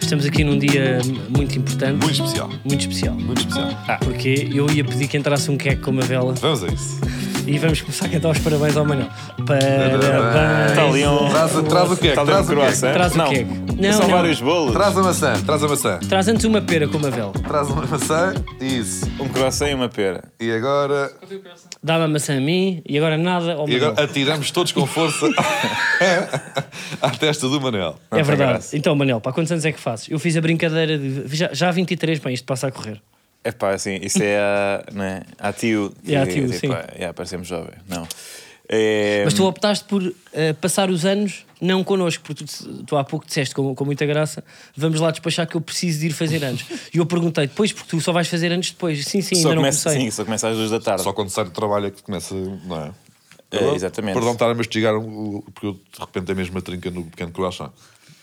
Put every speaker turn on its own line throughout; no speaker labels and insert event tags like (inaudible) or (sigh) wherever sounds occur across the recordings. estamos aqui num dia muito importante,
Muito especial.
muito especial. Ah,
Muito especial.
Porque eu ia pedir que entrasse um queque com uma vela
Vamos a isso.
e vamos começar a cantar os parabéns ao Manel. Parabéns.
Está ali um.
Traz, traz o quê?
Está ali um
Traz o quê?
croissant?
Traz o
não.
quê? Não,
São
não.
vários bolos.
Traz a maçã, traz a maçã.
Traz antes uma pera com uma vela.
Traz uma maçã, isso.
Um croissant e uma pera.
E agora.
Dá-me a maçã a mim e agora nada ao
E
Manel.
agora atiramos todos com força (laughs) à testa do Manuel.
É
tem
verdade.
graça.
Então, Manel, pá, quantos anos é que fazes? Eu fiz a brincadeira de. Já, já há 23, bem, isto passa a correr.
É pá, assim, isso é a. Não é? A tio.
É a tio, sim.
Pá, yeah, parecemos jovem. Não. É,
Mas tu optaste por eh, passar os anos não connosco, porque tu, tu há pouco disseste com, com muita graça: vamos lá despachar que eu preciso de ir
(laughs)
fazer anos. E eu perguntei depois, porque tu só vais fazer anos depois. Sim, sim,
só
ainda não
começa,
comecei.
sim, só começa às duas da tarde.
Só quando sai do trabalho é que começa, não é?
É, exatamente.
Perdão estar a mastigar, um, o- o- porque eu de repente a mesma trinca no pequeno croissant.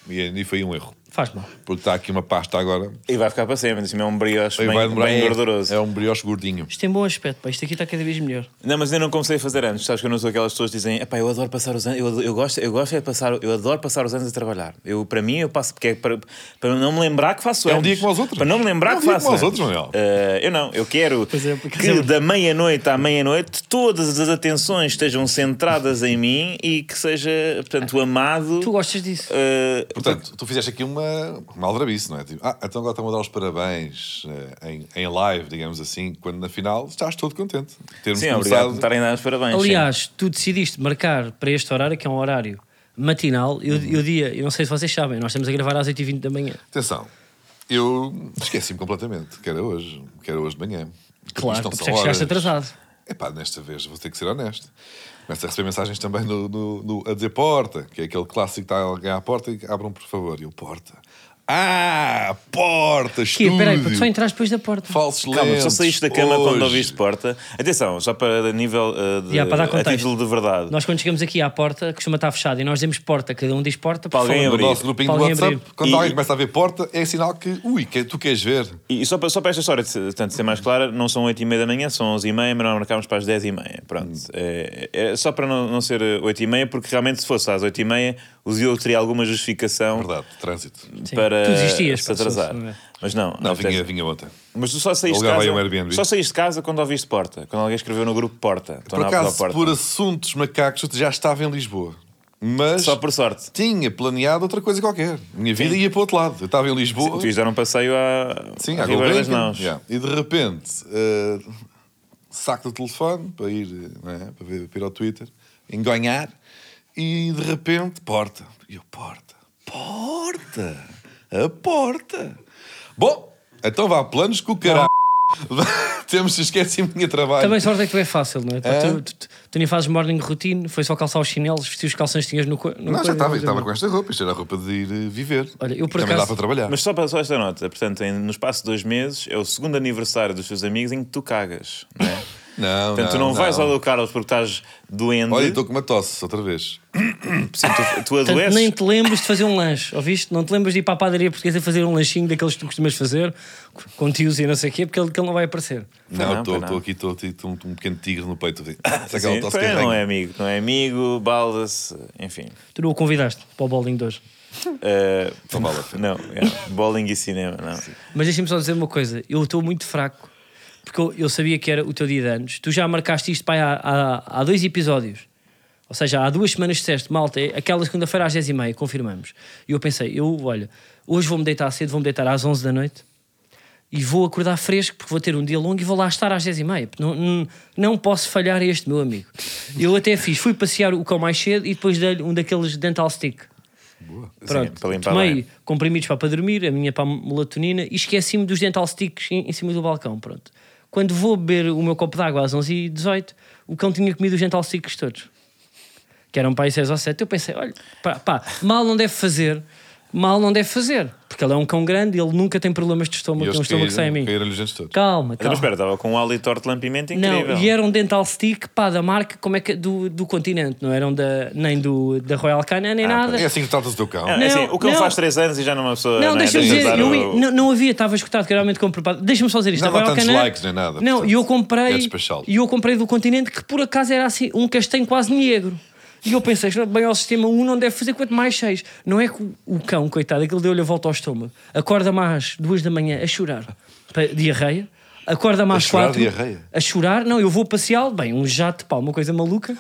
E aí foi um erro.
Faz mal.
Porque está aqui uma pasta agora.
E vai ficar para sempre. Assim, é um brioche
e
bem,
vai demorar-
bem
é-
gorduroso.
É um brioche gordinho.
Isto tem bom aspecto, pá, isto aqui está cada vez melhor.
Não, mas eu não comecei a fazer anos. Sabes que eu não sou aquelas pessoas que dizem, epá, eu adoro passar os anos, eu, eu gosto, eu gosto é de passar, eu adoro passar os anos a trabalhar. Eu, para mim, eu passo, porque é para, para não me lembrar que faço
É um
anos.
dia como os outros.
Para não me lembrar
É um
que
dia
faço
como os
anos.
outros, Manuel.
Eh, eu não, eu quero
Pois é, por acaso
que
é verdade.
da meia-noite à meia-noite todas as atenções estejam centradas em mim e que seja, portanto, amado.
Tu gostas disso?
eh,
Portanto, tu fizeste aqui uma, uma aldrabice, não é? Tipo, ah, então agora estão a dar os parabéns eh, em, em live, digamos assim, quando na final estás todo contente. de Termos
sim, obrigado por
começado.
estarem a dar os parabéns. sim.
Aliás, tu decidiste marcar para este horário, que é um horário matinal, eu,
Uhum.
eu dia, eu não sei se vocês sabem, nós estamos a gravar às 8h20 da manhã.
Atenção, eu esqueci-me completamente, que era hoje, que era hoje de manhã.
Claro,
Isto não
por isso
são
é que chegaste
horas.
atrasado.
Epá, nesta vez vou ter que ser honesto. Começo a receber mensagens também no, no- no- a dizer porta, que é aquele clássico que está alguém à porta e abram por favor. E eu, porta. Ah, porta,
Que,
estúdio.
peraí, porque só entraste depois da porta.
Falsos
Calma, só
lentes,
saíste da cama quando
hoje.
ouviste porta. Atenção, só para nível eh, de,
Yeah, para dar
a
contexto.
título de verdade.
Nós quando chegamos aqui à porta, costuma estar fechada e nós dizemos porta, cada um diz porta
Para
por
alguém
favor.
No
abrir.
nosso grupinho do
Alguém
WhatsApp,
abrir.
quando
E-
alguém começa a ver porta, é sinal que, ui, que tu queres ver.
E só para, só para esta história, de, se- portanto, de ser mais clara, não são 8 e meia da manhã, são 11 e meia, mas nós marcámos para as 10 e meia. Pronto.
Hum.
É, é só para não, não ser 8 e meia, porque realmente se fosse às 8 e meia, o Diogo teria alguma justificação
Verdade, trânsito.
Sim,
para
tu desistias,
se
pá, se
atrasar.
fosse, não é?
Mas não.
Não,
até-
vinha, vinha ontem.
Mas tu só saíste de
Alugava
casa,
aí um Airbnb.
só saíste de casa quando ouviste porta. Quando alguém escreveu no grupo porta. Estão
Por
na porta.
acaso, por assuntos macacos, eu já estava em Lisboa. Mas
Só por sorte.
tinha planeado outra coisa qualquer. Minha vida ia para o outro lado. Eu estava em Lisboa.
Tu ias dar um passeio à,
Sim,
à
à
Ribeira das
Gulbenkian.
Naus.
Yeah. E de repente, eh, saco do telefone para ir, né, para, ver, para ir ao Twitter, enganhar, e de repente, porta. E eu, porta, porta, a porta. Bom, então vá, planos com o caralho. (laughs) Temos, esqueci-me que tinha trabalho.
Também sorte é que tu é fácil, não é? Pá,
É?
Tu, tu, tu, tu nem fazes morning routine, foi só calçar os chinelos, vestir os calções que tinhas no, co- no
Não,
coisa,
já estava,
mas é
estava
bom.
com esta roupa. Isto era a roupa de ir eh, viver.
Olha, eu por
Também
acaso-
dá para trabalhar.
Mas só para só esta nota, portanto, em- no espaço de dois meses é o segundo aniversário dos teus amigos em que tu cagas, não é?
(laughs) Não,
Portanto, tu não, vais ao do Carlos porque estás doente.
Olha, estou com uma tosse, outra vez.
Sim, (laughs) tu, tu
Portanto,
adoeces.
nem te lembras de fazer um lanche, ouviste? Não te lembras de ir para a padaria portuguesa fazer um lanchinho daqueles que tu costumas fazer, com tios e não sei o quê, porque ele, que ele não vai aparecer.
Não,
não,
estou
pois não.
estou aqui, estou estou um, um pequeno tigre no peito. (laughs) Sabe
Sim,
aquela tosse que
pois, não
arranha?
é amigo, não é amigo, balda-se, enfim.
Tu não o convidaste para o bowling de hoje.
Eh,
Não vale a pena.
não, é, bowling e cinema, não.
Mas deixa-me só dizer uma coisa: eu estou muito fraco, porque eu, eu sabia que era o teu dia de anos. Tu já marcaste isto pai, há, há, há dois episódios. Ou seja, há duas semanas disseste, malta, é aquela segunda-feira às 10h30, confirmamos. E eu pensei, eu, olha, hoje vou-me deitar cedo, vou-me deitar às 11 da noite e vou acordar fresco, porque vou ter um dia longo e vou lá estar às 10h30. Não, não, não posso falhar a este meu amigo. Eu até fiz, fui passear o cão mais cedo e depois dei-lhe um daqueles dental stick.
Sim,
Pronto,
para limpar
tomei
bem.
comprimidos para, para dormir, a minha para a melatonina e esqueci-me dos dental sticks em, em cima do balcão, pronto. Quando vou beber o meu copo de água às 11h18, o cão tinha comido os dental sticks todos. Que eram para aí 6 ou 7. Eu pensei, olha, pá, pá, mal não deve fazer, mal não deve fazer. Porque ele é um cão grande e ele nunca tem problemas de
E
estômago,
eles
tem um estômago que sai a mim.
caíram-lhe os dentes todos.
Calma,
Então,
calma.
espera, estava com um halitor de lampimento incrível.
Não, e era um dental stick, pá, da marca, como é que, do, do continente, não eram da, nem do, da Royal Canin, nem nada.
É assim que tratas o teu cão.
Ah, é assim,
Não,
o cão
não.
faz 3 anos e já não é uma pessoa.
Não,
né,
é?
deixa-me
Tem que
dizer,
usar
eu
o-
ia- não, não havia, estava escutado claramente como preparado. Deixa-me só dizer isto.
Não
agora
dá
ao
tantos
Canã-
likes nem nada,
Não,
portanto,
e eu
é
comprei.
despachá-lo.
E eu comprei do continente que por acaso era assim, um castanho quase negro. E eu pensei, "Não, bem ao sistema 1 não deve fazer quanto mais 6. Não é que o- o cão, coitado, aquele deu-lhe a volta ao estômago. Acorda-me às 2 da manhã a chorar, pa- diarreia. Acorda-me às
chorar
4.
diarreia?
A chorar, não, eu vou passear, bem, um jato, pá, uma coisa maluca.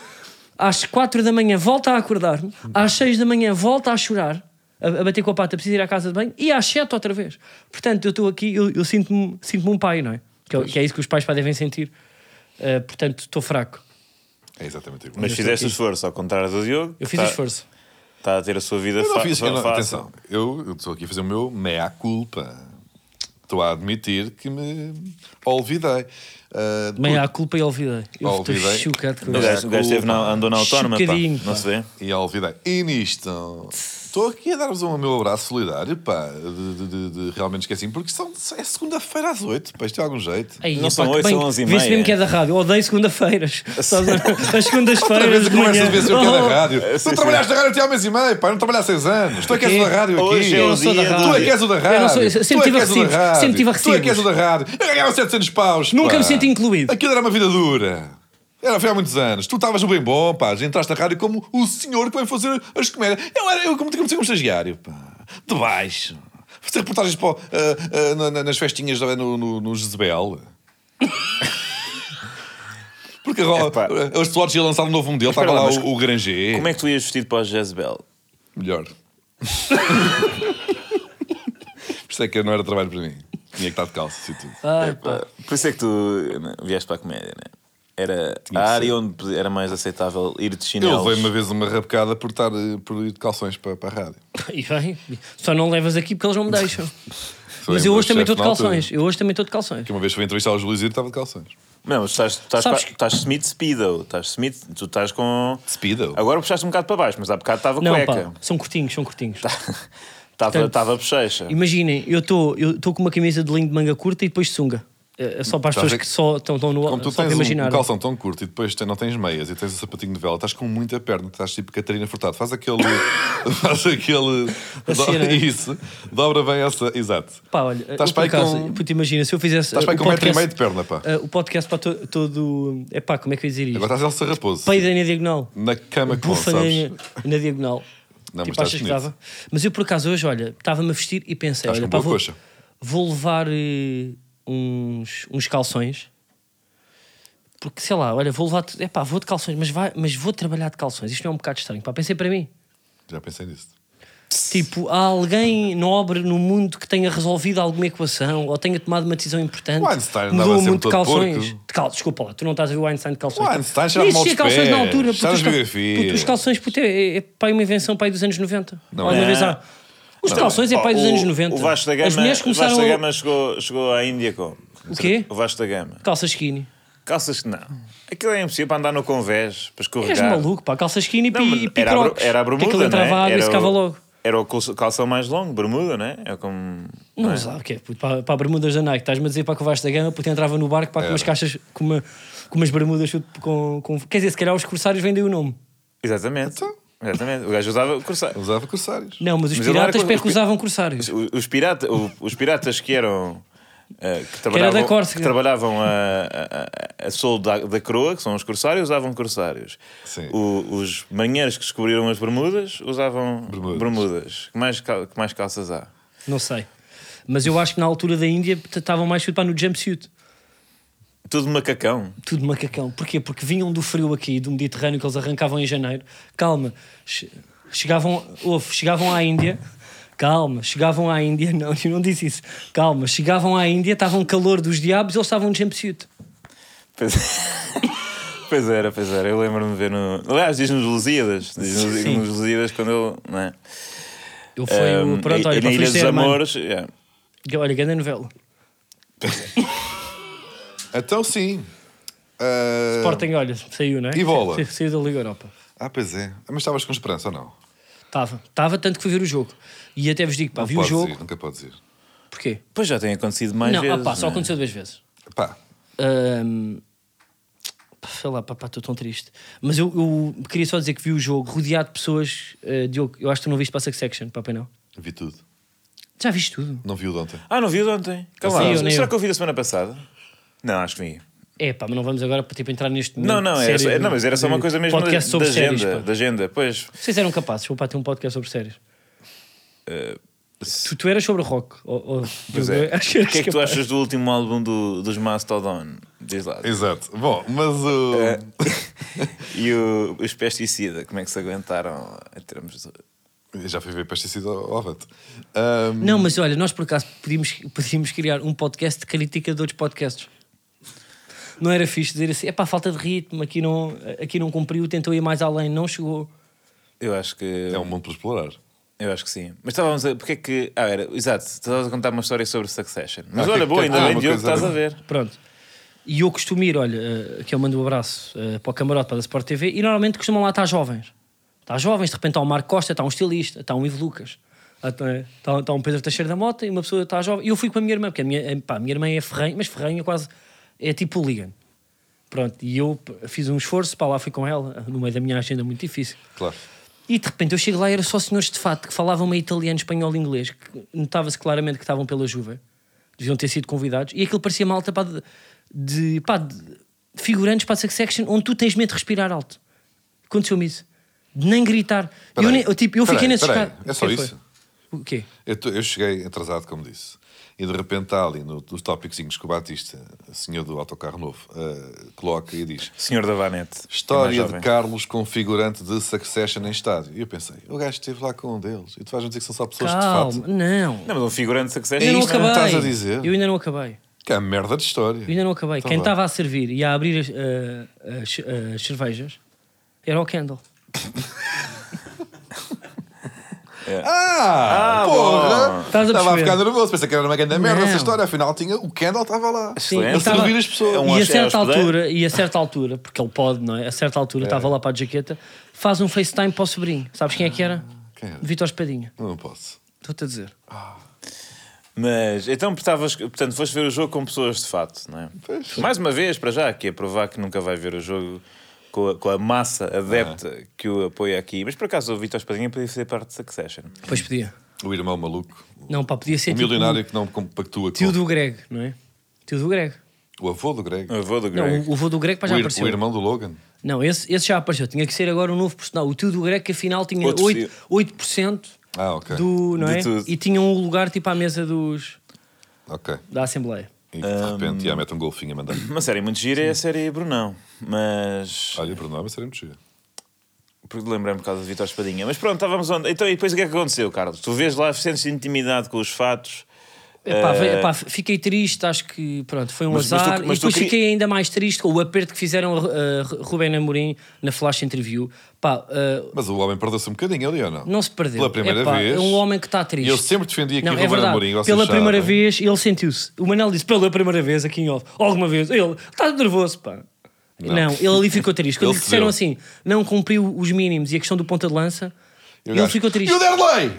Às 4 da manhã volta a acordar-me, às 6 da manhã volta a chorar, a, a bater com a pata, preciso ir à casa de banho, e às 7 outra vez. Portanto, eu estou aqui, eu, eu sinto-me sinto um pai, não é? Que, é- que é isso que os pais pá, devem sentir. Ah, portanto, estou fraco.
É exatamente igual.
Mas fizeste esforço, ao contrário do Diogo.
Eu fiz
tá,
esforço.
Está a ter a sua vida
Eu não
fa-
fiz, eu não-
fácil.
atenção, eu eu estou aqui a fazer o meu meia-culpa. Estou a admitir que me olvidei. Ah,
Meia a culpa e olvidei. Eu estou
Olvidei.
chocado com
O
isso.
gajo, o gajo esteve na, andou na autónoma, pá.
Chocadinho, pá.
Não se vê?
E ao vida. E nisto, estou aqui a dar-vos um meu abraço solidário, pá, de, de- de- de- realmente esqueci porque são, é segunda-feira às oito, pá, isto é algum jeito.
Ei,
Não
pá,
são
que
oito,
bem-
são onze e
Vê-se
meia.
mesmo que é da rádio. Eu odeio
(laughs)
segunda-feiras. Só as- As
Outra vez
segundas-feiras
a
de
conversa
manhã.
de vez o que é da
Oh,
rádio.
sim,
Tu
sim.
trabalhaste na rádio até há um mês e meio, pá, eu não trabalho há seis anos. Tu é que és o da rádio aqui.
Hoje é o
Eu sou da
dia
rádio.
Tu é que
do-
és o da rádio.
Eu não sou- eu sempre
tu é
tive
que és o da
recibos,
rádio.
sempre tive
Tu é que és o
recibos.
da rádio. Eu ganhava 700 paus.
Nunca
pá.
me senti incluído.
Aquilo era uma vida dura. Era foi há muitos anos. Tu estavas no bem bom, pá. Entraste na rádio como o senhor que vai fazer as comédias. Eu, era, eu comecei como um estagiário, pá. De baixo. Fazer reportagens para, o- ah, ah, na- na- nas festinhas lá no, no, no Jezebel. Porque agora
Epá.
os Swatch iam lançar um novo modelo.
Espera
Estava
lá,
lá
mas
o, o Granger.
Como é que tu ias vestido para o Jezebel?
(laughs)
Melhor. Por isso é que não era trabalho para mim. Tinha que estar de calça e tudo.
Ai, pá.
Por isso é que tu né, vieste para a comédia, né? Era a
que
área onde podi- era mais aceitável ir de
Eu
chinelos.
levei uma vez uma rabecada por, estar, eh, por ir de calções para, para a rádio.
E bem, só não levas aqui porque eles
(laughs)
não me deixam.
Foi
Mas eu
um
hoje também
chefe
estou de
na altura,
calções. Eu hoje também estou de calções.
Que uma vez fui entrevistar os Luís e estava de calções.
Não, mas estás, estás,
Sabes
pa-
que-
estás Smith Speedo. Estás Smith, tu estás com...
Speedo?
Agora puxaste um bocado para baixo, mas há bocado estava
Não,
cueca. (laughs)
pá, são curtinhos, são curtinhos.
Estava
Portanto,
estava bochecha.
Imaginem, eu estou eu estou com uma camisa de linho de manga curta e depois de sunga. É é só para as
Estás
pessoas
Tá a-
que só estão estão
Como
no
tu
só para
tens um- um,
imaginar.
calção tão curto e depois te- não tens meias e tens o sapatinho de vela, estás com muita perna, estás tipo Catarina Furtado.
(laughs)
Faz aquele. faz aquele.
Assim,
do-
não é?
isso. Dobra bem essa. Exato.
Pá, olha,
Estás
eu,
para
por
aí
acaso,
com-
puto, imagina, se eu fizesse.
Estás
eh,
para aí
o
com um metro e
podcast-
meio de perna, pá.
eh, o podcast para to- todo. É pá, como é que eu ia dizer isto?
Agora estás Elsa Raposo.
Peida na diagonal.
Na cama com,
Bufa na,
sabes?
na diagonal.
Não, mas
tipo,
estás
achas que
bonito.
dava? Mas eu por acaso hoje, olha, estava-me a vestir e pensei:
Estás
olha,
com
pá,
boa
vou,
coxa.
vou levar eh, uns, uns calções. Porque sei lá, olha, vou levar. É pá, vou de calções, mas, vai, mas vou trabalhar de calções. Isto não é um bocado estranho. Pá, pensei para mim.
Já pensei nisso.
Tipo, há alguém nobre no mundo que tenha resolvido alguma equação ou tenha tomado uma decisão importante.
O Einstein andava
mudou
sempre
muito de
todo
calções.
porco.
De cal... Desculpa lá, tu não estás a ver o Einstein de calções.
O Einstein
Não
cheirava mal
existia
dos
calções
pés,
na altura. puto,
está nas
os cal-
biografias.
puto, os calções, puto, é, é, pá, uma invenção pai dos anos 90.
Não
Alguma
é.
vez há. Os calções é
Pá,
pai dos
o-
anos 90.
O Vasco da Gama,
As mulheres
o Vasco
começaram
da
a-
Gama chegou, chegou à Índia com.
O quê?
O Vasco da Gama.
Calça skinny.
Calças que não. Aquilo é impossível para andar no convés, para
És
escorregar.
maluco, pá. Calça skinny
Não, mas
e, e
era, a, bru-
picroques.
era a
Que aquilo
bermuda, não
entrava
é?
água e
Era
secava
o-
logo.
Era o calço- calção mais longo, bermuda, não é? É como...
Não, mas lá, o quê? Puto, Para, para bermudas da Nike, estás-me a dizer para que o Vasco da Gama, puto, entrava no barco para com umas caixas, com, uma, com umas bermudas puto, com, com- Quer dizer, se calhar os corsários vendem o nome.
Exatamente.
Então.
Exatamente. O gajo usava corsário.
Usava corsários.
Não, mas os
Mas ele era
piratas
com-
pé que
os pi-
usavam corsários.
Os, os pirata, o- os piratas que eram. eh, que,
era da
trabalhavam,
Córsega.
que trabalhavam a, a- a, a sol da, da coroa, que são os corsários, usavam corsários.
Sim.
O- os marinheiros que descobriram as bermudas usavam bermudas.
Bermudas.
Que, mais, cal- que mais calças há?
Não sei. Mas eu acho que na altura da Índia puto, estavam mais puto, pá, no jumpsuit.
Tudo macacão.
Tudo macacão. Porquê? Porque vinham do frio aqui, do Mediterrâneo, que eles arrancavam em janeiro. Calma. Che- Chegavam, ouve, chegavam à Índia. Calma, chegavam à Índia. (laughs) Não, eu não disse isso. Calma, chegavam à Índia, estavam calor dos diabos, eles estavam de jumpsuit.
Pois, (laughs) pois era, pois era. Eu lembro-me de ver no. Aliás, diz-nos Lusíadas. Diz-nos
Sim.
nos Lusíadas quando ele. Não é?
Eu fui o-
Ahm,
pronto,
e-
olha,
e na
para
Ilha dos
Feliz Hermano.
Amores. yeah.
Olha, grande novela.
Eh, Então sim. Ah,
Sporting, olha, saiu, não é?
E bola?
Sa- Saiu da Liga Europa.
Ah, pois é. Mas estavas com esperança ou não?
Estava. Estava tanto que fui ver o jogo. E até vos digo, pá, vi o
Podes
jogo.
ir, nunca podes ir.
Porquê?
Pois já tem acontecido mais
não,
vezes.
ah, pá, só
não é?
aconteceu duas vezes.
Pá,
Ahm, pá, sei lá, pá, pá, estou tão triste. Mas eu, eu queria só dizer que vi o jogo rodeado de pessoas. eh, Diogo, eu acho que tu não viste para a Succession, pá, pá, não?
vi tudo.
Já viste tudo.
Não vi o de ontem.
Ah, não vi o de ontem? Calma
Sim,
lá.
eu
Mas
nem
Será
eu.
que eu vi da semana passada? Não, acho que vi.
É pá, mas não vamos agora tipo, entrar neste.
Não,
momento
não, era,
sério
só- não, mas era só
de-
uma coisa mesmo da,
Podcast sobre
da
séries.
agenda,
pá.
da agenda. Pois,
Vocês eram capazes, vou para ter um podcast sobre séries. tu, tu eras sobre rock. Ou, ou-
Eh, pois
eu-
é.
(laughs) eu acho
O
eras
que é que tu
capaz.
achas do último álbum do, dos Mastodon? Diz lá.
Exato. Bom, mas o.
(laughs) É. E o- os pesticida, como é que se aguentaram em termos de.
Eu Já fui ver pesticida ao avante. Ahm,
Não, mas olha, nós por acaso podíamos, podíamos criar um podcast de crítica de outros podcasts. Não era fixe dizer assim, é pá, falta de ritmo, aqui não, aqui não cumpriu, tentou ir mais além, não chegou.
Eu acho que.
É um mundo para explorar.
Eu acho que sim. Mas estávamos a. Porque é que. Ah, era. Exato, estavas a contar uma história sobre Succession. Mas
Ah,
olha,
tem-
boa,
tem-
ainda
ah,
bem,
uma
Diogo,
coisa-
estás a ver.
Pronto. E eu costumo ir, olha, eh, que eu mando um abraço eh, para o camarote para a Sport TV e normalmente costumam lá estar jovens. Está jovens, de repente está o Marco Costa, está um estilista, está um Ivo Lucas, está, está- está um Pedro Teixeira da Mota e uma pessoa está jovem. E eu fui com a minha irmã, porque a minha, eh, pá, a minha irmã é ferrenha, mas ferrenha quase, é tipo hooligan. Pronto, e eu p- fiz um esforço, para lá fui com ela, no meio da minha agenda muito difícil.
Claro.
E de repente eu chego lá e eram só senhores de fato que falavam meio italiano, espanhol e inglês, que notava-se claramente que estavam pela Juve, deviam ter sido convidados, e aquilo parecia malta pá, de, de, pá, de figurantes para a Succession, onde tu tens medo de respirar alto. Aconteceu-me isso. De nem gritar. eu nem- eu, tipo, eu
Peraí,
fiquei nesse
peraí.
escada.
É só
O que que
isso?
foi? O quê?
Eu, tô- eu cheguei atrasado, como disse. E de repente está ali no- nos tópicozinhos que o Batista, senhor do autocarro novo, ah, coloca e diz:
Senhor da Vanette.
História
É mais
de
jovem.
Carlos configurante de Succession em estádio. E eu pensei: o gajo esteve lá com um deles. E tu vais-me dizer que são só pessoas de
Calma,
fato. É
não.
Não, mas um figurante de Succession. é-
Eu não
isto que me
acabei.
estás a dizer?
Eu ainda não acabei.
Que é a merda de história.
Eu ainda não acabei.
Tá
Quem
bem.
estava a servir e a abrir as, ah, as- as cervejas era o Kendall.
Ah,
Ah,
porra!
Estás
bom.
a
Estava a
perceber?
ficar nervoso, pensei que era uma grande merda
Não.
essa história. Afinal, tinha o Kendall estava lá.
Sim,
Excelente.
A
ele
Ele
tava-
servir as pessoas.
É um
e, a
hóspede-
certa
é hóspede.
altura, e a certa altura, porque ele pode, não é? A certa altura estava lá para a jaqueta, faz um FaceTime para o sobrinho. Sabes quem é que era?
Ah, Quem era?
Vitor Espadinha.
Não posso.
Estou-te a dizer.
Mas então estavas, portanto, foste ver o jogo com pessoas de fato, não é?
Pois.
Mais uma vez, para já, que é provar que nunca vai ver o jogo com a, com a massa adepta
Ah.
que o apoia aqui. Mas por acaso o Vitor Espadinha podia fazer parte de Succession.
Pois podia.
O irmão maluco.
Não, pá, podia ser
o
tipo
milionário que não compactua
tio
com
do Greg, não é? Tio do Greg.
o avô do Greg.
O avô do
Não,
Greg.
o, o vô do Greg pá,
o,
já
ir-
apareceu.
o irmão do Logan.
Não, esse, esse já apareceu. Tinha que ser agora um novo personagem. O tio do Greg que afinal tinha
Outro
8%, 8%
Ah, ok.
do, não
De
é?
tudo.
E tinha um lugar tipo à mesa dos,
Ok.
da Assembleia.
E de repente, já mete um golfinho a mandar.
Uma série muito gira é a série Brunão. Mas.
Olha, Bruno, é mas seria muito giro.
Porque lembrei-me por causa de Vitor Espadinha. Mas pronto, estávamos onde? Então, e depois o que é que aconteceu, Carlos? Tu vês lá, sentes intimidade com os fatos.
Epá,
Eh,
ve- epá, fiquei triste, acho que pronto, foi um
Mas- mas tu-
azar.
mas tu
e depois
queri-
fiquei ainda mais triste com o aperto que fizeram a Ru- a Ru- Rubén Amorim na flash interview. Pá, eh,
Mas o homem perdeu-se um bocadinho ali ou não?
não se perdeu.
Pela primeira
Epá,
vez.
É um homem que está
E
triste.
eu sempre defendi aqui
Não,
o
é
Ruben
verdade.
Amorim. vocês
Pela
sabem.
primeira vez ele sentiu-se. O Manel disse pela primeira vez aqui em off, alguma vez, ele está nervoso, pá. Não. ele ali ficou triste. Quando
Ele
lhe disseram
cedeu.
assim, não cumpriu os mínimos e a questão do ponta de lança,
E o
ele
gajo,
ficou triste.
E o Derlei?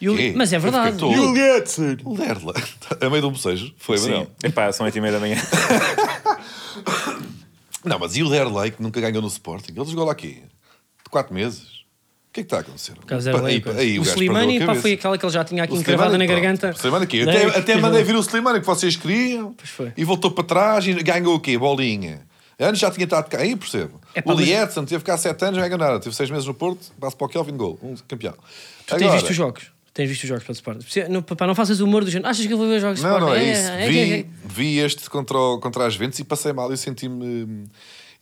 E o-
Quê?
Mas é
Eu fiquei
verdade.
todo-
E o-
Lietzen!
O Derlei. (laughs) A meio de um bocejo. Foi, mas
Sim.
não.
Epá, são 8 e meia da manhã.
(laughs) Não, mas e o Derlei que nunca ganhou no Sporting? Ele jogou lá aqui. De 4 meses. O que é que está a acontecer?
Caso era
aí,
bem,
aí o
o
gajo
Slimani
perdeu a
pá,
cabeça.
foi aquela que ele já tinha aqui
O
encravada na
Slimani, pronto.
garganta.
O Slimani aqui.
Né?
Até, até
Fiz
mandei
um-
vir o Slimani que vocês queriam.
Pois foi.
E voltou para trás e ganhou o quê? Bolinha. Antes já tinha estado cá. Aí percebo.
É pá,
o
mas-
Lietzen teve cá 7 anos, não ganhou nada. Teve 6 meses no Porto, passo para o Kelvin, gol. Um campeão.
Tu tens visto os jogos? Tens visto os jogos para o Sporting? Se- é- Não, papá, não faças humor do género. Achas que eu vou ver os jogos de
Não, não
Sporting?
é, isso. vi,
é, é.
vi este contra, o- contra as Ventes e passei mal. Eu senti-me. hum,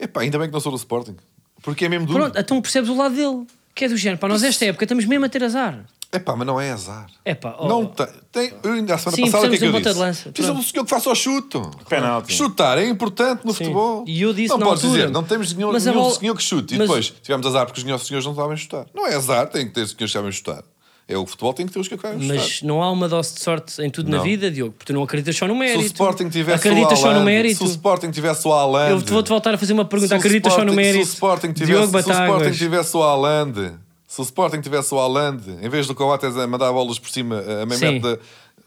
Epá, ainda bem que não sou do Sporting. Porque é mesmo duro.
Pronto, então percebes o lado dele. Que é do género. Para nós, esta época, estamos mesmo a ter azar.
Epá, mas não é azar.
Epá, ó.
Não tem. tem eu ainda a semana
Oh. Sim,
passada o que é
precisamos
que
de um
eu
ponta de
disse?
lança,
Precisa de um
pronto.
senhor que faça o chute.
Penalti.
Chutar é importante no futebol.
E eu disse
não
na
podes
altura-
dizer, não temos nenhum,
Mas a
nenhum
bola-
senhor que chute. E
mas-
depois tivemos azar porque os nossos senhores não sabem chutar. Não é azar, tem que ter senhores que sabem chutar. É o futebol, tem que ter os que sabem chutar.
Mas não há uma dose de sorte em tudo na
Não.
vida, Diogo. Porque tu não acreditas só no
Se
mérito.
o Sporting tivesse o
Acreditas só no
Haaland,
mérito.
Se o Sporting tivesse o Haaland,
Eu vou-te voltar a fazer uma
Se
pergunta.
o
Acreditas só no
Sporting-
mérito.
Se o Sporting tivesse,
Diogo
se o Sporting
Batáguas.
tivesse o Haaland, se o Sporting tivesse o Haaland, em vez do Coates a mandar bolas por cima a meio
Sim.
metro da-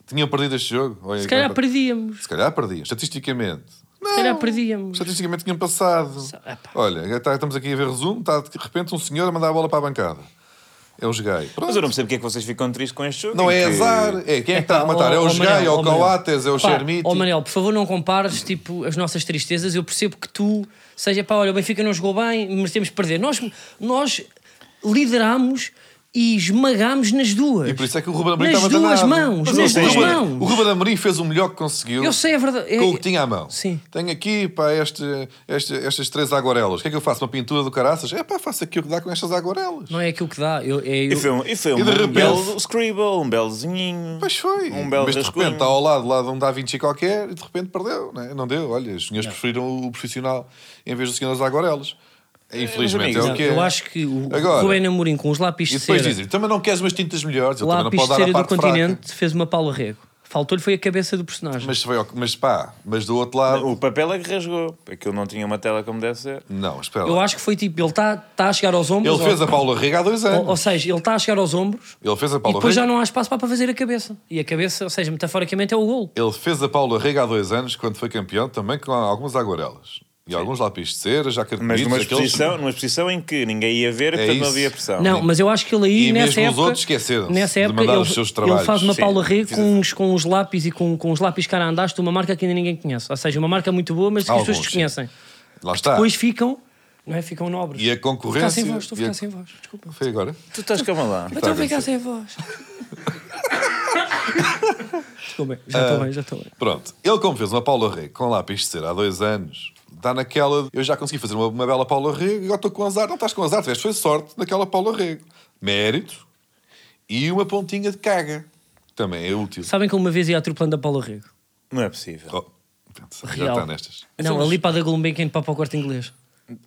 tinham perdido este jogo? Ou é
Se
ia-
calhar perdíamos.
Se calhar perdiam, estatisticamente. Não,
calhar perdíamos.
Estatisticamente tinham passado.
Epá.
tá, Olha, tá- estamos aqui a ver resumo, está de repente um senhor a mandar a bola para a bancada. Eu joguei.
Mas eu não percebo porque é que vocês ficam tristes com este jogo.
Não
em
é
que-
azar. É quem é que está
Epá,
a matar? É
ó,
o
ó,
Jogai, é
Manel, ó,
o
Manel.
Coates, é o
Pá,
Xermite.
Ó Manel, por favor, não compares tipo, as nossas tristezas. Eu percebo que tu seja pá, olha, o Benfica não jogou bem, merecemos perder. Nós, nós liderámos e esmagámos nas duas.
E por isso é que o Ruben Amorim
Nas
estava
duas
danado.
mãos,
Mas
nas
o
duas
Ruben-
mãos.
O Ruben Amorim fez o melhor que conseguiu.
Eu sei, é verdade. É-
Com o que tinha à mão.
Sim.
Tenho aqui pá, este, este- estas três aguarelas. O que é que eu faço? Uma pintura do caraças? É pá, faço aqui o que dá com estas aguarelas.
Não é aquilo que dá. Eu, é,
E
eu,
foi um, e foi
E de
um,
repente-
belo scribble, um belo zinhinho.
Pois foi.
Um belo
Mas de
rascunho.
repente está ao lado lá de um Da Vinci qualquer e de repente perdeu. Não, é? Não deu. Olha, os senhores preferiram o profissional em vez do senhor das aguarelas. Infelizmente é,
amigos,
o que é.
Eh, eu acho que o
Agora-
Rubén Amorim com os lápis de
E depois
cera,
dizem, também não queres umas tintas melhores? Eu também não
lápis
posso
de
dar a
cera do
parte fraca.
continente, fez uma Paula Rego. Faltou-lhe foi a cabeça do personagem.
Mas, foi ao- mas pá, mas do outro lado...
O papel é que rasgou. Aquilo não tinha uma tela como deve ser.
Não, espera
Eu
lá.
acho que foi tipo, ele está tá a chegar aos ombros.
Ele
ou-
fez a Paula Riga há dois
ou, ou
anos.
seja, ele está a chegar aos ombros
Ele fez a
e
Paula
depois já
Riga.
não há espaço para fazer a cabeça. E a cabeça, ou seja, metaforicamente é o golo.
Ele fez a Paula Riga há dois anos, quando foi campeão, também com algumas aguarelas. E alguns lápis de cera, já
Mas
cartonitos,
numa
aqueles... É
exposição, numa exposição em que ninguém ia ver, portanto não
isso.
havia pressão.
Não, mas eu acho que ele aí,
Ah, E
nessa
mesmo os
época,
outros esqueceram-se
nessa
de
época
mandar
ele,
os seus
ele
trabalhos.
faz uma
Sim,
Paula Rê
fiz
com uns, com uns lápis e com, com uns lápis carandaste de uma marca que ainda ninguém conhece. Ou seja, uma marca muito boa, mas que as
Alguns,
pessoas
sim.
desconhecem.
Lá está.
Depois ficam, não é? Ficam nobres.
E a
Ficar
concorrência...
sem voz, estou a
e Tá,
ficar sem voz, desculpa.
Foi agora?
Tu estás calma lá.
Eu estou a
a
ficar sem
(laughs)
voz. Estou bem, já estou bem, já estou bem.
Pronto. Ele, como fez uma Paula Rego com lápis de cera há dois anos, dá naquela. de, Eu já consegui fazer uma, uma bela Paula Rego, agora estou com azar. Não estás com azar, tiveste foi sorte naquela Paula Rego. Mérito e uma pontinha de caga. Também é útil.
Sabem que uma vez ia atropelando a Paula Rego?
Não é possível.
Oh, pronto, já
Real.
está nestas.
Não, ali para a Gulbenkian para para o corte inglês.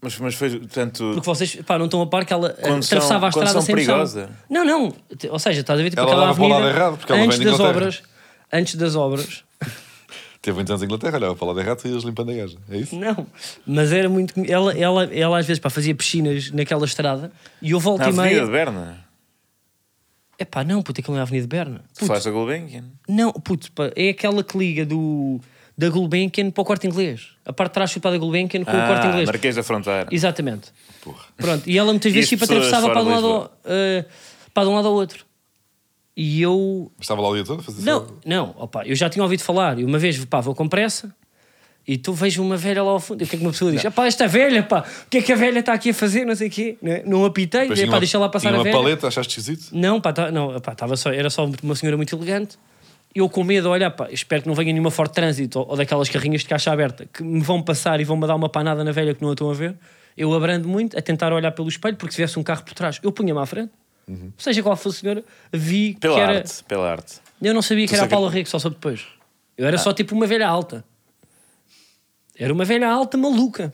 Mas, mas foi, portanto,
Porque vocês pá, não estão a par que ela eh,
Quando são-
atravessava a
quando
estrada
são
sem
perigosa.
noção. Não, não. Te- Ou seja, estás a ver tipo
Ela
aquela
olhava para o
avenida
lado errado, porque ela
antes
vem de
das
Inglaterra.
obras. Antes das obras.
Teve muitos anos em Inglaterra, olhava para lá de errado e ias limpando a gaja. É isso?
Não. Mas era muito. com- Ela, ela, ela às vezes pá, fazia piscinas naquela estrada e eu volto
na
e
Avenida de
meia.
Berna.
É pá, não, puto, aquilo não é a Avenida de Berna.
Tu falaste a Gulbenkian.
Não, puto, pá, é aquela que liga do, da Gulbenkian para o corte inglês. A parte de trás chupada da Gulbenkian com o corte
Ah,
inglês.
Marquês da Fronteira.
Exatamente. Pronto, e ela muitas vezes
as
tipo,
pessoas
atravessava
fora
para de, um
de
lado ao, eh, para de um lado ao outro. E eu.
Mas Estava lá o dia todo a fazer
Não, não, opa, eu já tinha ouvido falar. E uma vez, pá, vou com pressa e tu vejo uma velha lá ao fundo. E o que é que uma pessoa diz? Pá, esta velha, pá, o que é que a velha está aqui a fazer? Não sei o quê. Não, é? não apitei,
Depois
é,
tinha
pá,
uma-
deixa lá passar
tinha
a
uma
velha.
paleta, achaste esquisito?
Não, pá, tá- não, pá tava só, era só uma senhora muito elegante. Eu com medo, olha, pá, espero que não venha nenhuma Ford Trânsito ou, ou daquelas carrinhas de caixa aberta que me vão passar e vão-me dar uma panada na velha que não a estão a ver. Eu abrando muito, a tentar olhar pelo espelho, porque se tivesse um carro por trás, eu punha-me à frente. Seja qual fosse a senhora, vi
Pela
que era.
arte, pela arte.
Eu não sabia que
Tu
era a
sei que-
Paula Rico, só soube depois. Eu era só tipo uma velha alta. Era uma velha alta maluca.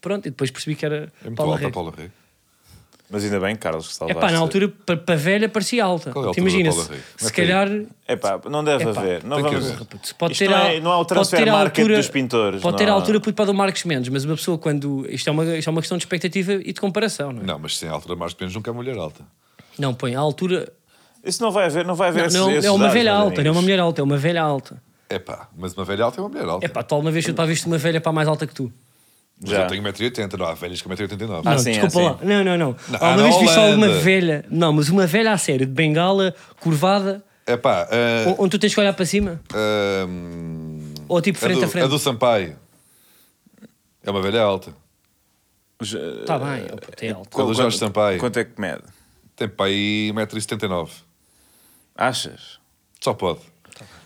Pronto, e depois percebi que era
É muito
Paula
alta a
Rico.
Paula Rego.
Mas ainda bem, Carlos, que
É
salvaste.
pá, na altura, para para velha parecia alta.
Qual é a
Te
altura da
imagina,
Paula
se,
Rico?
se
Mete aí.
calhar.
Epá, não deve
Epá,
haver. Não
tem que
vamos...
haver.
Putz, pode
Isto
ter
não,
a-
é, não há o
pode ter
transfer
a
market
altura-
dos pintores.
Pode ter
não é?
a
há-
altura puto, para do Marcos Mendes, mas uma pessoa quando. Isto é uma, isto é uma questão de expectativa e de comparação, não é?
Não, mas sem altura mais menos nunca é mulher alta.
Não, põe a altura.
Isso não vai haver, não vai haver
Não,
esses-
não,
esses
é uma
dados,
velha
meus
alta, não é uma
amigos.
mulher alta, é uma velha alta.
É pá, mas uma velha alta é uma mulher alta.
É pá, tal uma vez para viste uma velha para mais alta que tu.
Mas
Já.
eu tenho 1,80m, não há velhas com 1,89m.
Não,
sim,
desculpa
ah,
lá. Não, não, não.
Não, é
Alguma
na
vez viste alguma
Holanda.
velha. Não, mas uma velha a sério, de bengala, curvada,
É pá, ah,
onde tu tens que olhar para cima?
Ahm,
Ou tipo
a,
frente
do,
a frente?
a do Sampaio. É uma velha alta.
Já-
Está bem, oh, puto, é alta.
eh, Com o Jorge
Quanto-
Sampaio.
Quanto é que mede?
Tem para aí 1,79m.
achas?
Só pode.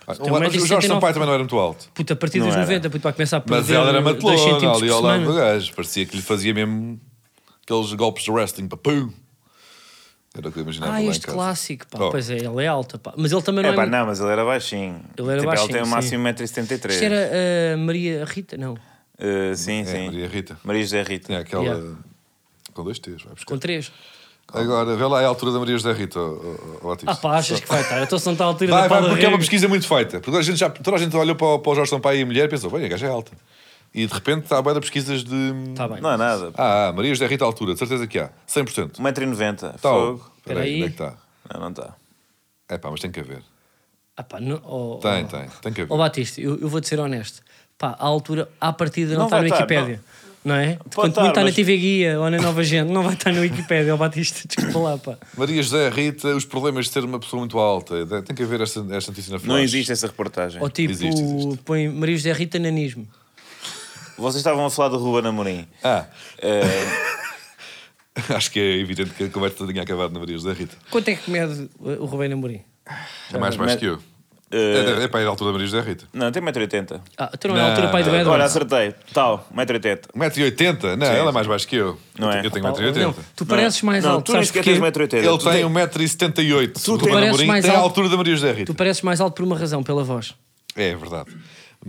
Ah,
Tem
o- o
1,79m.
Jorge Sampaio também não era muito alto.
Puta, a partir
Não
dos
era.
90, puto, vai começar a perder
Mas ela era
dois
matelona
centímetros
ali
por
ao lado do
semana.
gajo. Parecia que lhe fazia mesmo aqueles golpes de wrestling. Pá, pum. Era o que eu imaginava.
Ah,
lá em
este
casa.
clássico, pá.
Oh.
Pois é, ele é alta, pá. Mas ele também não
É
é.
pá,
muito-
não, mas ele era baixinho.
Ele era
Tipo,
baixinho,
tem o
sim.
máximo
Isto
1,73m.
era a Maria Rita? Não,
Uh, sim, sim.
É, Maria Rita.
Maria José Rita.
Tinha aquela.
Yeah.
Com dois T's, vai buscar.
com três.
Agora, vê lá é a altura da Maria José Rita, ó- ó- ó, Otis.
Ah, pá, achas que vai estar? Então se não está à altura
Vai,
da
vai,
Paula
porque é uma
Rego.
pesquisa muito feita. Porque toda a gente, já, toda a gente olhou para, o- para o Jorge Sampaio e a mulher e pensou, bem, a gaja é alta. E de repente está a boia de pesquisas de...
Está Tá bem.
Não há nada.
Ah, ah, Maria José Rita Altura, de certeza que há. 100%.
1,90m.
Tal.
Fogo.
Espera
Espera aí,
aí.
onde é que está?
Não, tá. não está.
É pá, mas tem que haver.
Ah, pá, não. Oh,
Tem,
oh.
tem, tem que
Ó
haver.
Batista, eu, eu vou-te ser honesto. Pá, à altura, à partida não,
Não
está na
vai estar,
Wikipédia. Não. não é? Quando
estar,
muito está na
mas-
TV Guia ou na Nova Gente, não vai estar no Wikipédia ou Batista, desculpa lá, pá.
Maria José Rita, os problemas de ser uma pessoa muito alta. É, Tem que haver esta, esta notícia na flash.
Não existe essa reportagem.
Ou tipo,
É, Existe, existe.
põe Maria José Rita nanismo.
Vocês estavam a falar do Ruben Amorim.
Ah,
Eh,
(laughs) acho que é evidente que a conversa tinha acabado na Maria José Rita.
Quanto é que mede uh, o Rubén Amorim?
É mais baixo
Ah, mas-
que eu.
eh,
É, é para ir à altura da Maria José Rita.
não, tem 1,80m.
Ah, tu não é
Não,
a altura pai do
não,
Edward?
Olha, acertei. Tal, 1,80m.
1,80m? Não, ela é mais baixo que eu.
Não é?
eu, tenho- eu tenho
Pá,
1,80m.
não, tu pareces mais
não,
alto,
Tu nem
sabes
sequer
porquê?
tens 1,80m.
Ele
Tu
tem 1,78m. Tu
tens-
pareces mais
tem a
alto.
altura da Maria José
Tu
Rita.
pareces mais alto por uma razão, pela voz.
É verdade.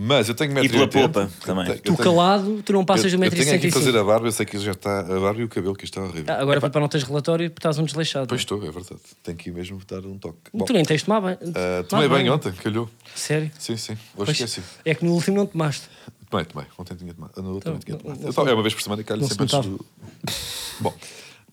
Mas eu tenho 1,80m.
E pela polpa também.
Tu calado, tu não passas do
Eu, eu tenho aqui que fazer
1,65m.
a barba, eu sei que isso já está. A barba e o cabelo, que isto está horrível.
Ah, Agora para não teres relatório, estás um desleixado.
Pois estou, é verdade. Tenho que ir mesmo dar um toque. Bom,
Tu nem tens tomado bem.
ah,
tomado
tomei banho ontem, calhou.
Sério?
Sim, sim. Hoje
Pois,
esqueci.
é que no último não tomaste.
Tomei, tomei. Ontem tinha tomado. Ah, No outro
Então,
também tinha
não-
tomado.
não
Eu só- É uma vez por semana e calho
não se
sempre antes do.
notava.
Bom.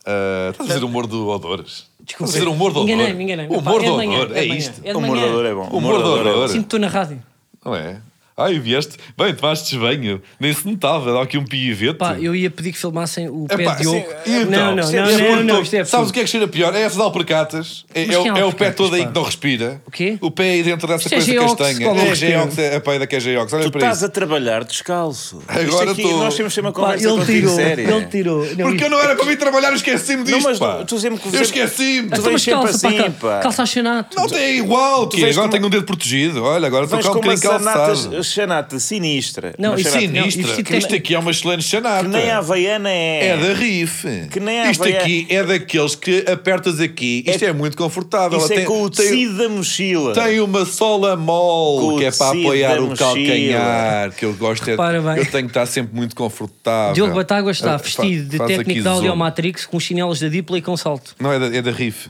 ah, estás a fazer humor do odores?
Desculpa.
Estás a fazer humor do odor?
Enganei-me, enganei-me.
O
Epá,
humor
é
do
de manhã,
odor,
é
é
de manhã.
isto.
É de
O humor
manhã.
do odor é bom.
O humor do
odor é bom.
odor.
Sinto-te na rádio.
Não é? Ai, vieste. Bem, tomaste banho. Nem se notava. Dá aqui um piivete.
Pá, eu ia pedir que filmassem o pé
Epá,
de Diogo.
sim, e então?
não, não,
Isto é
não,
absurdo.
não, não, isto é absurdo.
Sabes o que é que cheira pior? É essas alpercatas. É,
Mas
é o-
quem é
é o pé
alpercatas,
todo aí
pá?
que não respira.
O quê?
O pé aí dentro dessa
Isto é
coisa
Geox,
castanha.
qual não
É
respira?
Geox, é a pé da que é Geox. Olha para
estás
isso.
a trabalhar descalço.
Agora
Isto aqui,
estou.
nós temos sempre uma
Pá,
conversa
ele
contigo
tirou,
séria.
ele tirou. Não,
Porque
isto-
eu não era para vir trabalhar, eu esqueci-me disto,
mas
pá.
tu sempre que
Eu
sempre-
esqueci-me.
Então,
vens
mas
sempre
calça, pá,
assim,
cal-
pá.
calça a chenato.
Não tem igual, que
vens
agora
com-
tenho um dedo protegido. Olha, agora estou
Vens
cá um
com uma
bocadinho calçado.
sanata, chanata sinistra.
Não,
Uma
isso
chanata
Não,
Sinistra.
eh, isto
Isto,
tem-
aqui é uma excelente chanata.
Que nem a Havaiana é.
É da Riff.
Que nem a
Isto
Havaiana.
aqui é daqueles que apertas aqui. Isto é,
É-
muito confortável.
Isso
Ela
é
tem-
com o
tem-
tecido da mochila.
Tem uma sola mole
Com
que é
o
para
tecido
apoiar
da
o
mochila.
calcanhar, que eu gosto é,
Repara bem.
eu tenho que estar sempre muito confortável.
Diogo Batágua está
Ah, fa-
vestido de
faz aqui
técnico de
zoom.
áudio Matrix com chinelos da Dipla e com salto.
Não é da, é da Riff.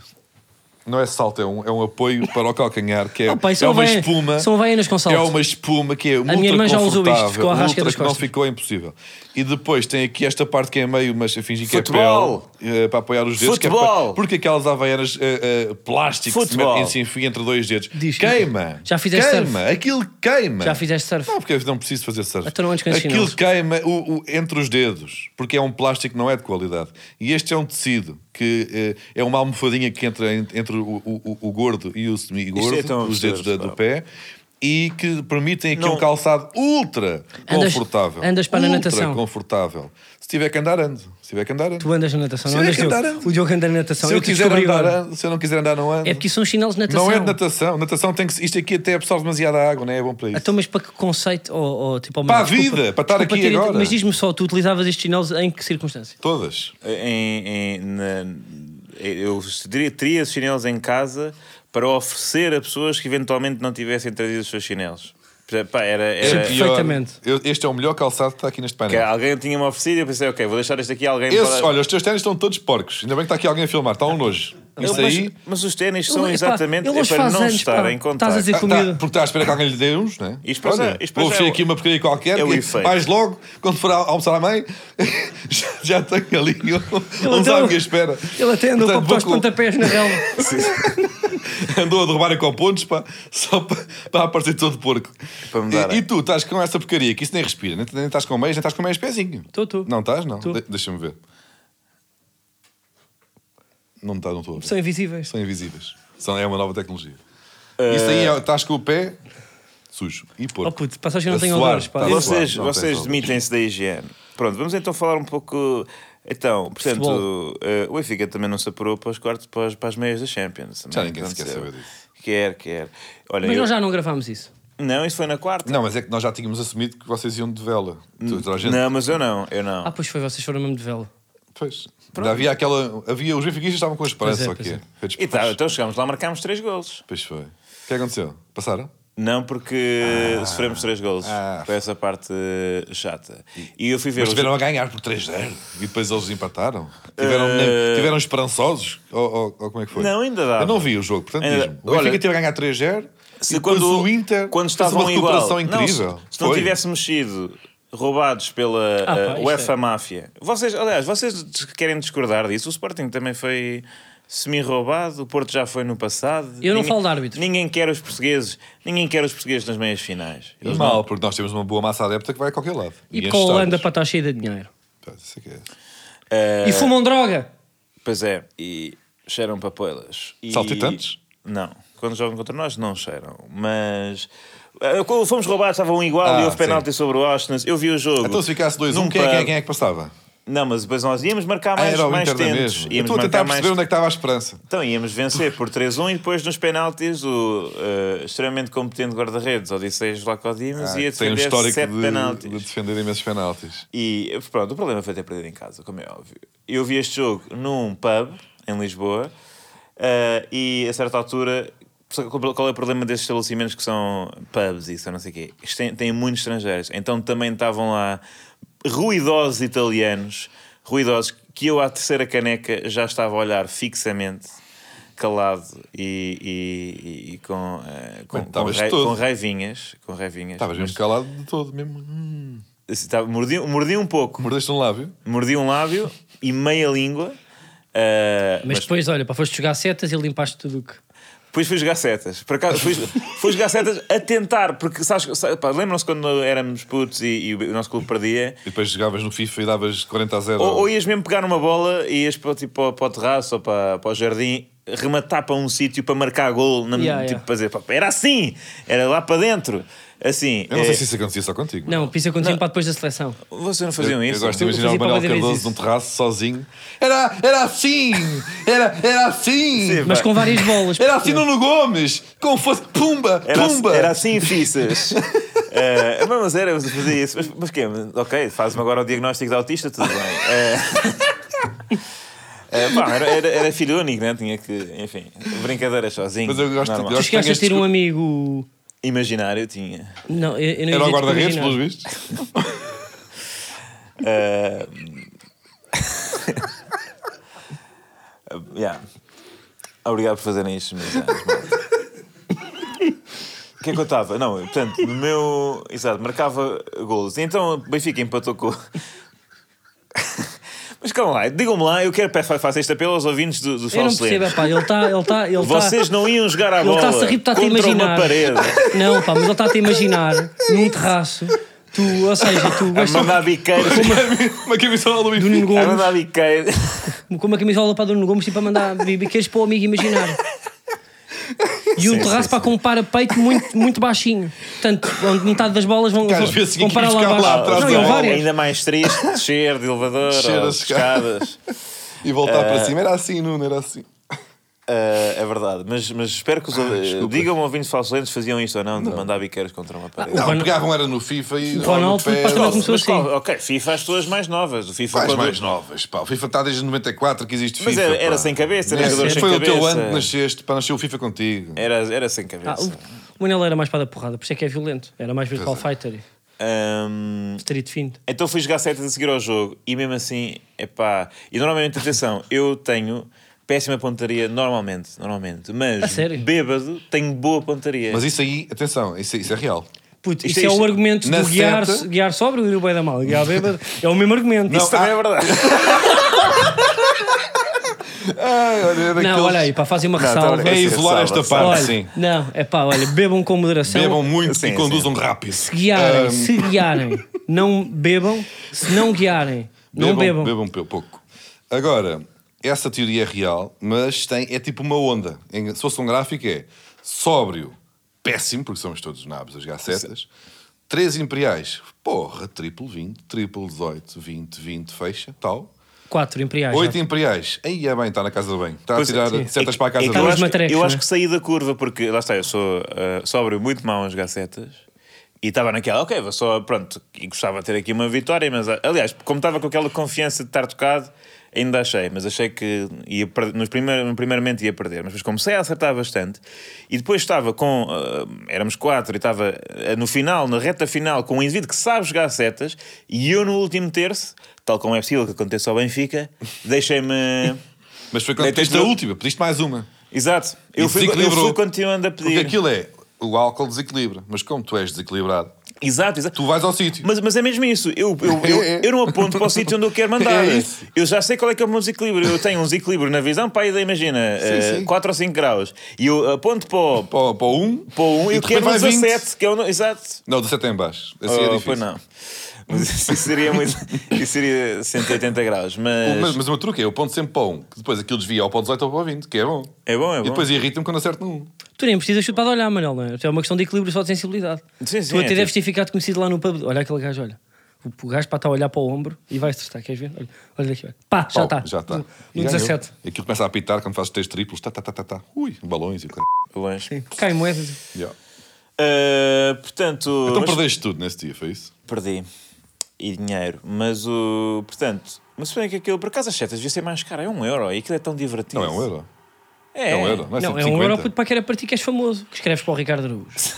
Não é salto, é um, é um apoio para o calcanhar, que é,
Ah, pá, isso
é
não
uma
vai-
espuma.
isso não vai apenas com salto.
É uma espuma que é ultra
minha irmã já usou isto,
confortável,
ficou à rasca
ultra
das
que não
costas.
ficou impossível. E depois tem aqui esta parte que é meio, mas a fingir que
Futebol.
é pele, eh, para apoiar os dedos. que é
Futebol.
para- porque aquelas havaianas eh, eh, plásticas que se
Futebol.
metem assim, enfia entre dois dedos.
Diz que-
queima.
Já fizeste
Queima. Aquilo queima.
Já fizeste surf?
Não, porque eu não preciso fazer surf.
Então não andes com esses
Aquilo
chinelos.
queima o, o- entre os dedos, porque é um plástico que não é de qualidade. E este é um tecido que eh, é uma almofadinha que entra en- entre o, o- o- o gordo e o
Isto
semi-gordo,
é tão
os dedos da-
absurdo,
do
pá.
pé, e que permitem aqui
Não.
um calçado ultra
Andas-
confortável.
andas para na
ultra
natação.
confortável. Se tiver que andar, ando. Se tiver que andar, ando.
Tu andas na natação,
Se
não
eu
andas
quiser
Diogo?
andar-
O Diogo anda na natação.
se eu quiser
descobri
andar,
agora.
ando. Se eu não quiser andar, não ando.
É porque isso são chinelos de natação.
Não é de natação. Natação tem que... se- Isto aqui até absorve demasiada água, não é? É bom para isso.
Então, mas para que conceito? Ou, ou, tipo,
Para a vida, para estar aqui agora.
Mas diz-me só, tu utilizavas estes chinelos em que circunstância?
Todas.
Em- em- na- eu teria, teria esses chinelos em casa para oferecer a pessoas que eventualmente não tivessem trazido os seus chinelos. Portanto, pá, era,
É
era-
Sim.
pior.
Perfeitamente.
Eu- este é o melhor calçado que está aqui neste
que
painel.
alguém tinha-me oferecido e eu pensei, ok, vou deixar este aqui a alguém
Esses,
para-
é- olha, os teus ténis estão todos porcos. Ainda bem que está aqui alguém a filmar. Está um nojo.
Eu-
Isso
mas,
aí.
mas os ténis
Ele-
são
epá,
exatamente
ele
é
hoje
para
faz
não
anos,
estar
pá.
em
Estás a
contato.
dizer
Ah,
comida.
tá, porque está à espera que alguém lhe dê uns, né?
Isto depois
Olha,
é- isto
vou
depois
oferecer
é o-
aqui uma porcaria qualquer.
é o
que
efeito.
mais logo, quando for a- almoçar à mãe, (laughs) já, já tenho ali um- uns à
andou-
minha espera.
Ele até andou para
Portanto,
botar os
vou com-
pontapés na relva.
Andou a derrubar com pontos pá, só para, para aparecer todo porco.
Para mudar,
e,
é.
e tu estás com essa porcaria que isso nem respira, nem, nem estás com meias, nem estás com meias pezinho.
Estou, estou.
Não estás, não?
Tô.
De- Deixa-me ver. Não estás, não estou a ver.
(laughs) São invisíveis.
São invisíveis. São, é uma nova tecnologia.
Eh,
Isso aí é- estás com o pé sujo e porco.
Oh, puto, passagem não
A
tem
suar,
odores, pá.
estás a suar,
Vocês,
Ah, não tens
vocês
odores.
demitem-se da higiene. Pronto, vamos então falar um pouco. Então,
Futebol.
portanto, eh, o Benfica também não se apurou para os quartos, para as, para as meias da Champions. também,
Já ninguém se
aconteceu.
quer saber disso.
Quer, quer. Olha,
Mas
eu-
nós já não gravámos isso.
Não, isso foi na quarta.
Não, mas é que nós já tínhamos assumido que vocês iam de vela. Tu- toda a gente-
Hum, Não, mas eu não, eu não.
Ah, pois foi, vocês foram mesmo de vela.
Pois. Ainda havia aquela. Havia, os benfiquistas estavam com a esperança,
Pois é,
ok?
pois é.
Feitos
e tá,
porcos.
então chegámos lá, marcámos três golos.
Pois foi. O que aconteceu? Passaram?
Não, porque sofremos três golos.
Ah.
Foi essa parte eh, chata. E eu fui ver.
Mas
os-
tiveram a ganhar por 3-0 e depois eles empataram. Tiveram, nem- tiveram esperançosos? Ou, ou- ou como é que foi?
Eh, Não, ainda dá.
Eu não vi o jogo, portanto
Ainda-
diz-me. O Benfica
Olha-
teve a ganhar 3-0 e
se
depois
quando
o Inter
quando
fez
estavam
uma recuperação
igual.
incrível.
Não, se, se não
Foi.
tivessemos sido roubados pela
Ah, pá,
eh,
isto é-
UEFA Máfia. Vocês, aliás, vocês des- querem discordar disso? O Sporting também foi semi-roubado, o Porto já foi no passado.
Eu não falo de árbitros.
Ninguém quer os portugueses, ninguém quer os portugueses nas meias finais.
E mal, porque nós temos uma boa massa adepta que vai a qualquer lado.
E
enche
para a Holanda
estádios.
para estar cheia de dinheiro.
Pá, isso é que é.
Eh,
E fumam droga.
Pois é, e cheiram papoelas. E...
Saltitantes?
Não. Quando jogam contra nós, não cheiram. Mas. eh, Quando fomos roubados, estavam igual
Ah,
e houve
sim.
penalti sobre o Austin. Eu vi o jogo.
Então se ficasse 2-1, um,
Num
quem, é-
pub.
quem, é- quem é que passava?
Não, mas depois nós íamos marcar
Ah,
mais,
era o
mais
Inter da
tentos.
mesma. Eu
Íamos
estou a tentar
marcar
perceber
mais
onde é que estava a esperança.
Então íamos vencer por 3-1 e depois nos penaltis o eh, extremamente competente guarda-redes, Odisseus Lacodimus,
Ah,
ia
tem um
defender
histórico
7
de,
penaltis.
de defender imensos penaltis.
E pronto, o problema foi ter perdido em casa, como é óbvio. Eu vi este jogo num pub em Lisboa eh, e a certa altura. sabe Qual qual é o problema destes estabelecimentos que são pubs e isso, eu não sei o quê? Isto tem- Têm muitos estrangeiros. Então também estavam lá ruidosos italianos, ruidosos, que eu à terceira caneca já estava a olhar fixamente, calado e, e- e- e com, eh, com,
Bem,
com
estavas
rai-
todo.
com raivinhas. Com raivinhas.
Estavas mesmo calado de todo, mesmo. Hum.
Mas, estava- mordi, mordi um pouco
Mordeste um lábio.
mordi um lábio e meia língua. ah,
Mas
mas,
depois, olha, para foste jogar setas e limpaste tudo o que.
depois fui jogar setas. Por acaso, fui, fui jogar setas a tentar, porque sabes, sabe- pá, lembram-se quando éramos putos e, e o nosso clube perdia?
E depois jogavas no FIFA e davas 40 a 0.
Ou, ou ias mesmo pegar uma bola e ias para, o- tipo, para, o- para o terraço ou para, para o jardim, rematar para um sítio para marcar gol, na,
Yeah,
tipo,
yeah.
para dizer, pá, era assim, era lá para dentro. Assim,
Eu não
eh,
sei se isso acontecia só contigo.
Não, pisa contigo para depois da seleção.
vocês não
Eu,
faziam
eu
isso?
gosto de
Eu
imaginar o
fazia para
Manuel
o Madrid
Cardoso
isso.
num terraço sozinho. Era, era assim! Era, era assim!
Sim,
Mas
pá.
com várias bolas.
Era assim Nuno Gomes! Como fosse. Pumba!
Era,
pumba!
era assim,
(laughs)
fixas. Eh, mas era, eu fazia isso. Mas, mas quê? Mas, Ok, faz-me agora o diagnóstico de autista, tudo bem. Eh,
(laughs)
eh, pá, era, era, era filho único, né? Tinha que, enfim, brincadeiras sozinho.
Mas eu gosto-
normal.
eu
Tu
gosto-
chegaste a
Tenho
ter
este-
um amigo.
Imaginário tinha.
Não, eu, eu não ia
Era o
dizer
guarda-redes,
imaginar.
pelos vistos. (laughs)
Eh, (laughs) yeah. Obrigado por fazerem isto, meus caros, malta. O que é que eu estava? Não, eu, portanto, no meu. Exato, marcava golos. E então o Benfica empatou com. (laughs) Mas calma lá, digam-me lá, eu quero peço- faço este apelo aos ouvintes do,
Eu não
do Falso
percebo,
Leme.
é pá, ele está. Ele tá, ele tá-
Vocês não iam jogar à
Ele
bola
está-se a rir, está-te a
contra
imaginar.
uma parede.
(laughs) Não, pá, mas ele está-te a imaginar num terraço. Tu, ou seja,
É
tu
A
gostas
mandar biqueiros.
Uma camisola do
do Nuno
Benfica.
A
Gomes
mandar biqueiros.
com uma camisola para Nuno Gomes tipo a mandar biqueiros para o amigo imaginário. E um
Sim,
terraço
sim,
para comprar peito muito, muito baixinho. Portanto, onde metade das bolas vão,
Que às
vão,
vezes tinha
vão
que
parar
ir
lá
buscar lá
embaixo.
atrás
Não,
da
iam
bola.
várias.
ainda mais triste,
(laughs)
descer de elevador,
Descer
ou
as
de
escadas.
escadas.
E voltar
É.
para cima. Era assim, Nuno, era assim.
Ah, é verdade, mas, mas espero
Ah,
que os ouvintes. Digam-me ouvintes falsolentes se faziam isto ou não, de mandar biqueiros contra uma parede.
Não,
Ronaldo-
pegavam era no FIFA e.
Ronaldo
ou no
faz
pé,
como
ou-
começou
mas qual-
assim.
ok, FIFA as tuas mais novas. O FIFA
Faz
quando-
mais novas, pá. O FIFA está desde 94 que existe
Mas
FIFA.
era- era
pá.
sem cabeça, era
Não é?
jogadores sem
Foi o teu
cabeça.
ano que nasceste, para nascer o FIFA contigo.
Era, era sem cabeça.
Ah, o- o Manel era mais para dar porrada, por isso é que é violento. Era mais virtual
é.
fighter e
Ahm,
street fiend.
então fui jogar setas a seguir ao jogo e mesmo assim, epá. E normalmente, atenção, eu tenho péssima pontaria, normalmente, normalmente,
A
mas
sério?
bêbado tenho boa pontaria.
Mas isso aí, atenção, isso, isso é real.
Puto,
Isto
isto,
é-
é o argumento
na
do guiar,
seta-
guiar sobre o bem da mal. Guiar bêbado é o mesmo argumento.
isso também é verdade.
Ah, olha, é daqueles-
Não, olha aí, para fazer uma
tá
ressalva.
bem.
É isolar
Salva,
esta
salva.
parte,
Olha,
sim.
Não, é pá, olha, bebam com moderação.
Bebam um, muito
Sim,
e conduzam rápido. Ah,
Se guiarem, se guiarem, não bebam. Se não guiarem, não bebam.
Bebam pou- pouco. Agora, essa teoria é real, mas tem, é tipo uma onda. Em- se fosse um gráfico, é sóbrio, péssimo, porque somos todos nabos a jogar setas. Três imperiais, porra, triplo 20, triplo 18, 20, 20, fecha, tal.
Quatro imperiais.
Oito
já.
imperiais, aí é bem, está na casa do bem. Está a
Pois é,
tirar
sim.
setas para a casa
é
do
que
eu
Aquelas
bem.
acho,
matrecas,
eu
né?
acho que saí da curva porque, lá está, eu sou ah, sóbrio, muito mau a jogar setas e estava naquela, ok, vou só, pronto, e gostava de ter aqui uma vitória, mas ah, aliás, como estava com aquela confiança de estar tocado, ainda achei, mas achei que ia per- nos primeiro, no primeiramente ia perder, mas depois comecei a acertar bastante e depois estava com, ah, éramos quatro e estava ah, no final, na reta final, com um indivíduo que sabe jogar setas e eu no último terço, tal como é possível que aconteça ao Benfica, deixei-me.
Mas foi quando
Deitas
pediste a
no-
última, pediste mais uma.
Exato. Eu
E
fui, eu
desequilibrou.
fui continuando a
Porque
pedir.
aquilo é, o álcool desequilibra, mas como tu és desequilibrado,
Exato, exato.
tu vais ao sítio.
Mas, mas é mesmo isso. Eu, eu, eu,
(laughs) É.
eu não aponto
(laughs)
para o sítio onde eu quero mandar.
É isso.
eu já sei qual é que é o meu desequilíbrio. Eu tenho um desequilíbrio na visão, pá, aí imagina, eh,
sim.
4 ou 5 graus. E eu aponto para o,
Para, o- para o 1
para o 1 e eu
depois
quero um
vai 20.
17, que é o. no- Exato.
Não, 17 é em baixo. Assim é
Oh,
difícil.
pois não. Mas isso seria muito. Isso seria 180 graus. Mas,
Mas, mas o meu truque é eu ponto sempre para um, que depois aquilo desvia ao ponto 18 ou para o 20, que é bom.
é bom, é
E
bom.
depois irrita-me quando acerto no 1.
Tu nem precisas chupar de olhar, Manel, não é? É uma questão de equilíbrio só de sensibilidade.
Sim, sim,
tu até
é
deves ter ficado conhecido lá no pub. Olha aquele gajo, olha. O, o gajo para estar a olhar para o ombro e vai-se tratar, queres ver? Olha, olha aqui, olha. Pá, já está.
Oh, Já está.
No, no 17.
E aquilo começa a apitar quando fazes três triplos, tá, tá, tá, tá, tá. Ui, balões e o caralho.
Longe.
Cai moedas.
Yeah.
Ah, portanto.
Então
mas-
perdeste tudo nesse dia, foi isso?
Perdi. E dinheiro. Mas o. Portanto, mas se bem que aquilo, por acaso, as setas devia ser mais caro. É um euro. E aquilo é tão divertido.
Não é um euro.
É,
É, um euro. Não é,
Não, é um
150.
euro puto, para que era para ti que és famoso. Que escreves para o Ricardo Araújo.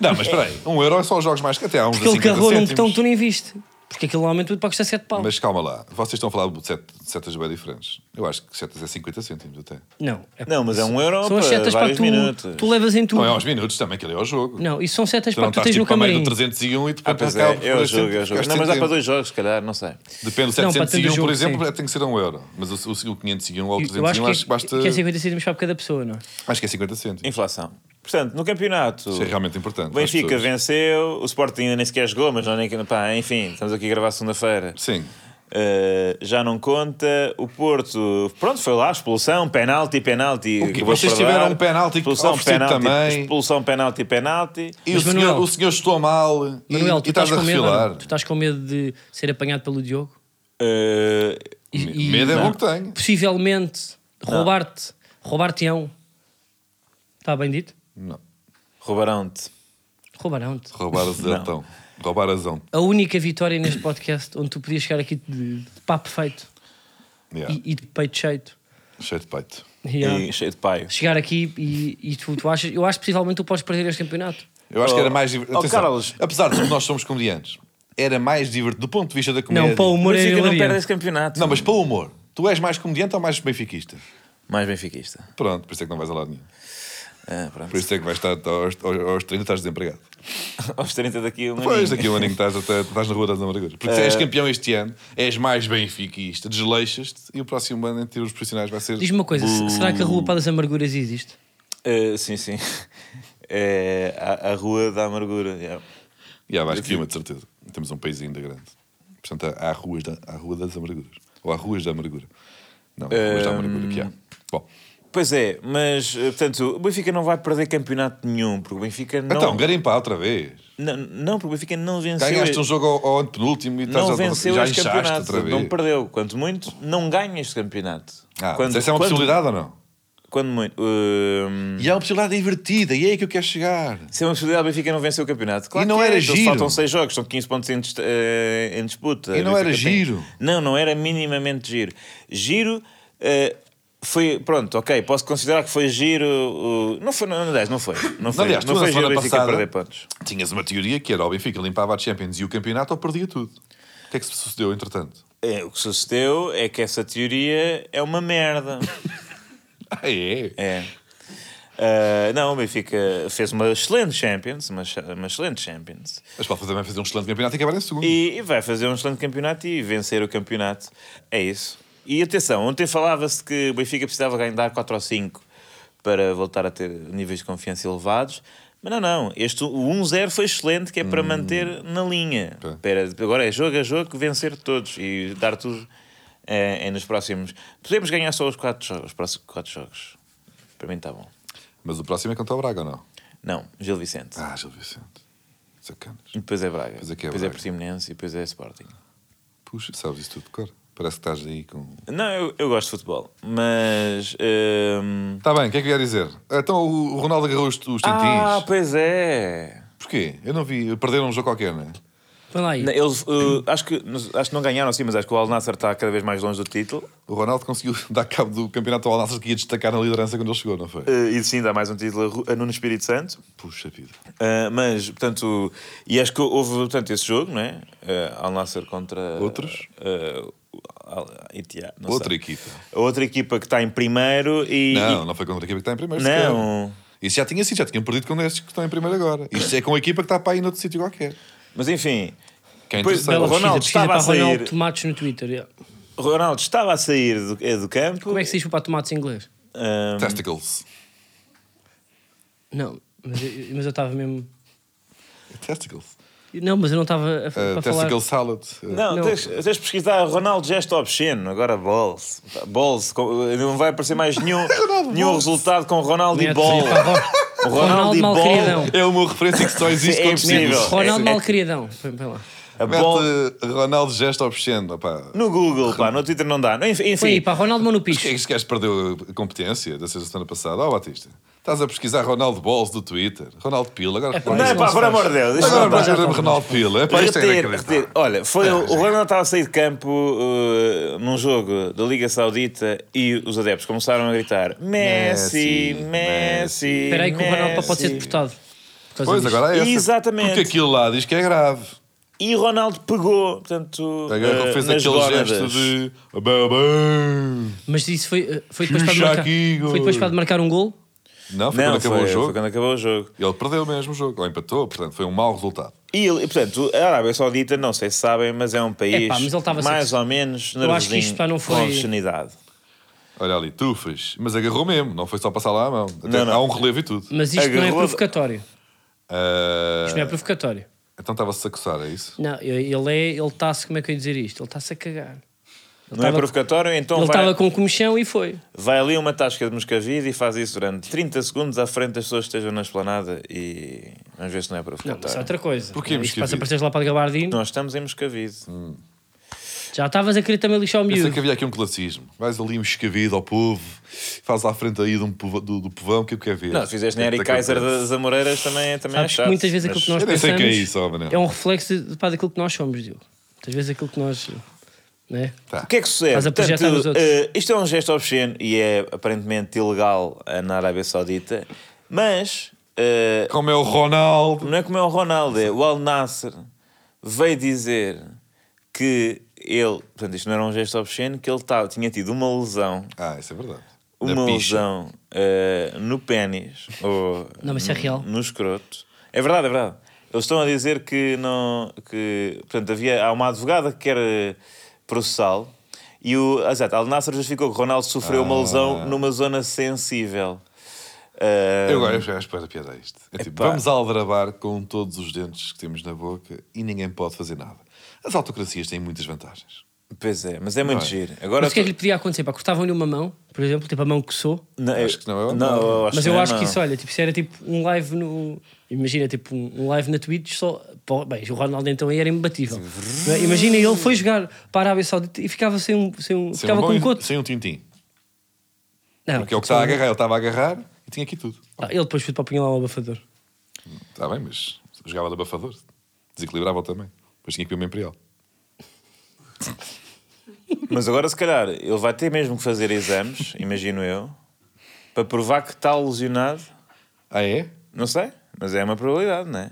Não, mas espera aí. Um euro é só os jogos mais que até há uns
Porque ele
50
carrou num
cêntimos.
botão que tu nem viste. Porque aquilo normalmente tudo para custar 7 pau.
Mas calma lá. Vocês estão a falar de set- de setas bem diferentes. Eu acho que setas é 50 cêntimos até.
Não. é-
Não, mas é um euro
São as
para
setas para
vários
tu.
minutos.
Tu levas em tudo.
Não é aos minutos também, que ali é ao jogo.
Não, isso são setas
Tu
para
não
que tu
estás
tens
tipo
no
para meio
camarim.
do 301 e de
Ah,
repente
pois
acaba
é,
por
é o
2
jogo, é o
cêntimos,
jogo.
ficaste
Não, mas dá para
cêntimos.
dois jogos, se calhar, não sei.
um. Depende do
Não, para
701,
dentro do
por
jogo,
exemplo,
sim.
é- tem que ser a 1 euro. Mas o, o, o 501 ou o
Eu
301
acho que,
acho que basta.
que é 50 cêntimos para cada pessoa, não é?
Acho que é 50 cêntimos.
Inflação. Portanto, no campeonato.
Isso é realmente importante.
O
para as
Benfica
pessoas.
venceu, o Sporting ainda nem sequer jogou, mas não, nem, pá, enfim, estamos aqui a gravar segunda-feira.
Sim.
Uh, já não conta. O Porto, pronto, foi lá, expulsão, penalti, penalti.
O quê?
acabou
Vocês
por dar.
tiveram um penalti
expulsão,
oferecido
penalti,
também.
expulsão, penalti, penalti.
E
Mas,
o, senhor,
Manuel-
o senhor estou mal e-
Manuel,
e,
tu
estás
estás
a
com medo? ou
refilar.
não? Tu estás com medo de ser apanhado pelo Diogo?
Uh,
E- e-
Medo é
não.
bom que tenho.
Possivelmente roubar-te, roubar-te-ão. Está bem dito?
Não.
Roubarão-te.
Roubarão-te.
Roubar a zão. Roubar a zão.
A única vitória neste podcast onde tu podias chegar aqui de, de papo feito
Yeah.
e, e de peito cheio.
Cheio de peito.
Yeah.
E cheio de paio.
Chegar aqui e, e tu, tu achas, eu acho que possivelmente tu podes perder este campeonato.
Eu acho
Oh,
que era mais
oh,
divertido.
Carlos.
Apesar de que nós somos comediantes, era mais divertido do ponto de vista da comédia.
Não, para o humor é
Benfica não
hilariante.
perde esse campeonato.
Não, mas para o humor. Tu és mais comediante ou mais benfiquista?
Mais benfiquista.
Pronto, por isso é que não vais a lado nenhum.
Ah, pronto.
Por isso é que vais estar aos, aos, aos 30 estás desempregado.
(laughs) Aos 30 daqui um
Pois,
aninho.
daqui a um aninho estás, até, estás na rua das amarguras. Porque se és
Eh.
campeão este ano, és mais benfiquista, desleixas-te e o próximo ano em termos profissionais vai ser...
Diz-me uma coisa, se- será que a Rua para das Amarguras existe?
Uh, sim, sim. (laughs) É, a, a rua da amargura. yeah.
E há mais que uma, de certeza. Temos um país ainda grande. Portanto, há, há ruas da, há Rua das Amarguras. Ou há Ruas da Amargura. Não, é Ruas da
Hum.
Amargura que há. Bom,
Pois é, mas eh, portanto, o Benfica não vai perder campeonato nenhum, porque o Benfica não.
então, garimpa outra vez.
não, não, porque o Benfica não venceu.
Ganhaste um jogo ao, ao antepenúltimo e estás
não
já,
venceu
já
este
inchaste
campeonato.
outra vez.
Não perdeu. Quanto muito, não ganha este campeonato.
Ah, mas essa é uma
quando,
possibilidade ou não?
Quando muito. hum,
E é uma possibilidade divertida, e é aí que eu quero chegar.
se é uma possibilidade, o Benfica não venceu o campeonato. Claro
E não
que é,
era
então,
giro.
Faltam 6 jogos, são 15 pontos em, dis- eh, em disputa.
E
O
não
Benfica
era giro.
Não, não era minimamente giro. Giro. eh, foi, pronto, ok, posso considerar que foi giro. o- não foi, não, aliás, não foi. Não foi,
Aliás,
não
tu na
foi giro o
semana
Benfica
passada
perder pontos.
tinhas uma teoria que era o Benfica limpava a Champions e o campeonato ou perdia tudo. O que é que se sucedeu, entretanto?
É, o que sucedeu é que essa teoria é uma merda.
(laughs) Ah, é?
é. Ah, não, o Benfica fez uma excelente Champions, uma, cha- uma excelente Champions.
Mas pode também fazer um excelente campeonato e acabar em segundo.
E, e vai fazer um excelente campeonato e vencer o campeonato. É isso. E atenção, ontem falava-se que o Benfica precisava ganhar 4 ou 5 para voltar a ter níveis de confiança elevados. Mas não, não. Este, o 1-0 foi excelente, que é para manter na linha.
Ok.
Para- agora é jogo a jogo, vencer todos e dar tudo eh, eh, nos próximos. Podemos ganhar só os 4 jogos. Os próximos 4 jogos. Para mim está bom.
Mas o próximo é contra o Braga ou não?
Não, Gil Vicente.
Ah, Gil Vicente. Sacanas.
E Depois é Braga.
Depois é que é
depois é
Braga.
Portimonense e depois é Sporting.
Puxa, sabes isso tudo de cor. Parece que estás aí com.
Não, eu, eu gosto de futebol, mas. hum,
Está bem, o que é que eu ia dizer? Então o o Ronaldo agarrou os, os tintins.
Ah, pois é!
Porquê? Eu não vi. Perderam um jogo qualquer, não é?
Vai lá aí.
Não, Eles, uh, acho, que, acho que não ganharam, sim, mas acho que o Al Nassr está cada vez mais longe do título.
O Ronaldo conseguiu (laughs) dar cabo do campeonato ao Al-Nassr que ia destacar na liderança quando ele chegou, não foi?
Uh, e sim, dá mais um título a Ru- a Nuno Espírito Santo.
Puxa vida.
Uh, mas, portanto, e acho que houve portanto, esse jogo, não é? Uh, Al Nassr contra.
Outros?
Uh, Al- Itia- não
Outra
sei.
equipa.
A Outra equipa que está em primeiro e.
Não, não foi contra a equipa que está em primeiro. sequer.
Não.
Isso já tinha sido, já tinham perdido com estes que estão em primeiro agora. Isto é com a equipa que está para aí noutro sítio qualquer.
e- mas enfim.
Que é
Pois,
interessante.
o
Bela
Ronaldo
pesquisa, pesquisa
estava
para
a sair.
Ronaldo Tomates no Twitter. yeah.
Ronaldo estava a sair do, eh, do campo.
Como é que se diz para Tomates em inglês?
Ahm,
Testicles.
Não, mas eu mas eu estava mesmo.
Testicles.
Não, mas eu não estava a, para
Uh,
falar.
testicle salad. Uh,
Não,
Não.
Tens, tens de pesquisar Ronaldo gesto obsceno, agora balls. Balls, com- não vai aparecer mais
(laughs)
nenhum, nenhum resultado com Ronaldo e
Neto,
ball.
ia para a Ro-
O
Ronaldo
e ball
malqueridão.
É uma referência que só
(laughs)
existe
É
com tecidos.
impossível.
Ronaldo
É- é-
Malcriadão. Foi- foi lá.
A ball
Mete uh, Ronaldo gesto obsceno, opá.
no Google, pá, no Twitter não dá. Enfim,
Foi aí,
enfim
pá, Ronaldo Mão no
Mas
Picho.
que é que este gajo perdeu a competência da sexta semana passada? Ó Batista, estás a pesquisar Ronaldo Balls do Twitter, Ronaldo Pila, agora...
pá,
não é
isso
pá,
não se
por
faz.
amor de Deus. isto
Agora
não dá.
vais ver Ronaldo Pila, é pá, isto é
Reter,
inacreditável.
reter. Olha, foi
é-
o, o Ronaldo estava a sair de campo uh, num jogo da Liga Saudita e os adeptos começaram a gritar Messi,
Messi,
Messi.
Espera aí que o Ronaldo pode ser
Messi."
deportado. por causa
Pois,
disto.
agora é essa.
Exatamente.
Porque aquilo lá diz que é grave.
E o Ronaldo pegou, portanto,
Agora
eh,
fez
nas
aquele
gónadas.
gesto de... "Bem, bem."
Mas isso foi, eh, foi depois para de
Xuxa
marcar.
aqui,
foi depois
gol.
para de marcar um gol.
Não, foi
Não,
quando acabou
foi,
o
foi
jogo.
quando acabou o jogo.
Ele perdeu mesmo o jogo, ou empatou, portanto foi um mau resultado.
E, ele- e, portanto, a Arábia Saudita, não sei se sabem, mas é um país
Epá, mas ele estava
mais
sexto.
ou menos
acho que
nervosinho
isto, pá, não foi-
com obscenidade.
Olha ali, tufas. Mas agarrou mesmo, não foi só passar lá a mão. Até
Não, não.
Há um relevo e tudo.
Mas isto não é
Agarrou-
provocatório.
Ah,
Isto não é provocatório.
Então estava-se a coçar, é isso?
Não, ele é, ele está-se, como é que eu ia dizer isto? Ele está-se a cagar.
Não é
tava-
provocatório, então
ele
vai,
estava com um comichão e foi.
vai ali uma tasca de moscavide e faz isso durante 30 segundos à frente das pessoas que estejam na esplanada e vamos ver se não é
Não, mas é
provocatório.
outra coisa.
Porquê,
Não,
mas
isto
que
passa
vida?
para teres lá para o gabardino.
Nós estamos em moscavide.
Hum.
Já estavas a querer também lixar o
Pensei que
miúdo.
havia aqui um classismo. Vais ali um escavido ao povo, faz à frente aí de um povo- do, do povão, o que é que quer ver?
Não, se fizeres
É que
Nery
tá
Kaiser
acontece.
das Amoreiras também, também é
Sabes
chato.
que muitas vezes
mas-
aquilo que nós
Eu nem sei o
pensamos
que é isso, ó, Manel.
é um reflexo de, pá, daquilo que nós somos, Diogo. Muitas vezes aquilo que nós. Né?
O que é que sucede?
Estás a projetar
Portanto,
nos outros.
eh, isto é um gesto obsceno e é aparentemente ilegal eh, na Arábia Saudita, mas eh,
Como é o Ronaldo.
não é como é o Ronaldo, é o Al Nasser veio dizer que ele, portanto, isto não era um gesto obsceno, que ele tava, tinha tido uma lesão,
Ah, isso é verdade. Na
uma
picha.
lesão eh, no
(laughs)
pênis ou
Não, mas isso é
no-
real.
no escroto. É verdade, é verdade. Eles estão a dizer que não. Que, portanto, havia, há uma advogada que quer eh, processá-lo e o. ah, Exato, Al Nasser justificou que Ronaldo sofreu
Ah.
uma lesão numa zona sensível. Eh,
Eu agora já espero a piada a isto. É tipo,
Epá.
vamos aldrabar com todos os dentes que temos na boca e ninguém pode fazer nada. As autocracias têm muitas vantagens.
Pois é, mas é muito
Não é?
giro. Agora
Mas o que é que
tu-
lhe podia acontecer? Pá, cortavam-lhe uma mão, por exemplo, tipo a mão que sou.
não, eu-
Acho que não é o
não,
Al
eu acho
Mas
que
eu
não é,
acho que
não.
isso, olha, tipo, se era tipo um live no. Imagina, tipo, um um live na Twitch só. pô, Bem, o Ronaldo então aí era imbatível. Não é? Imagina, ele foi jogar para a Arábia Saudita e ficava sem um. Sem um
Sem
ficava
um
com
bom-
um coto.
Sem um tintim.
Não,
Porque é o que
só-
está a agarrar. Ele estava a agarrar e tinha aqui tudo.
Ah, ele depois foi para apanhar lá o abafador.
Está bem, mas jogava de abafador. Desequilibrava também. Depois tinha que ir uma imperial.
Mas agora, se calhar, ele vai ter mesmo que fazer exames, (laughs) imagino eu, para provar que está lesionado.
Ah, é?
Não sei, mas é uma probabilidade, não é?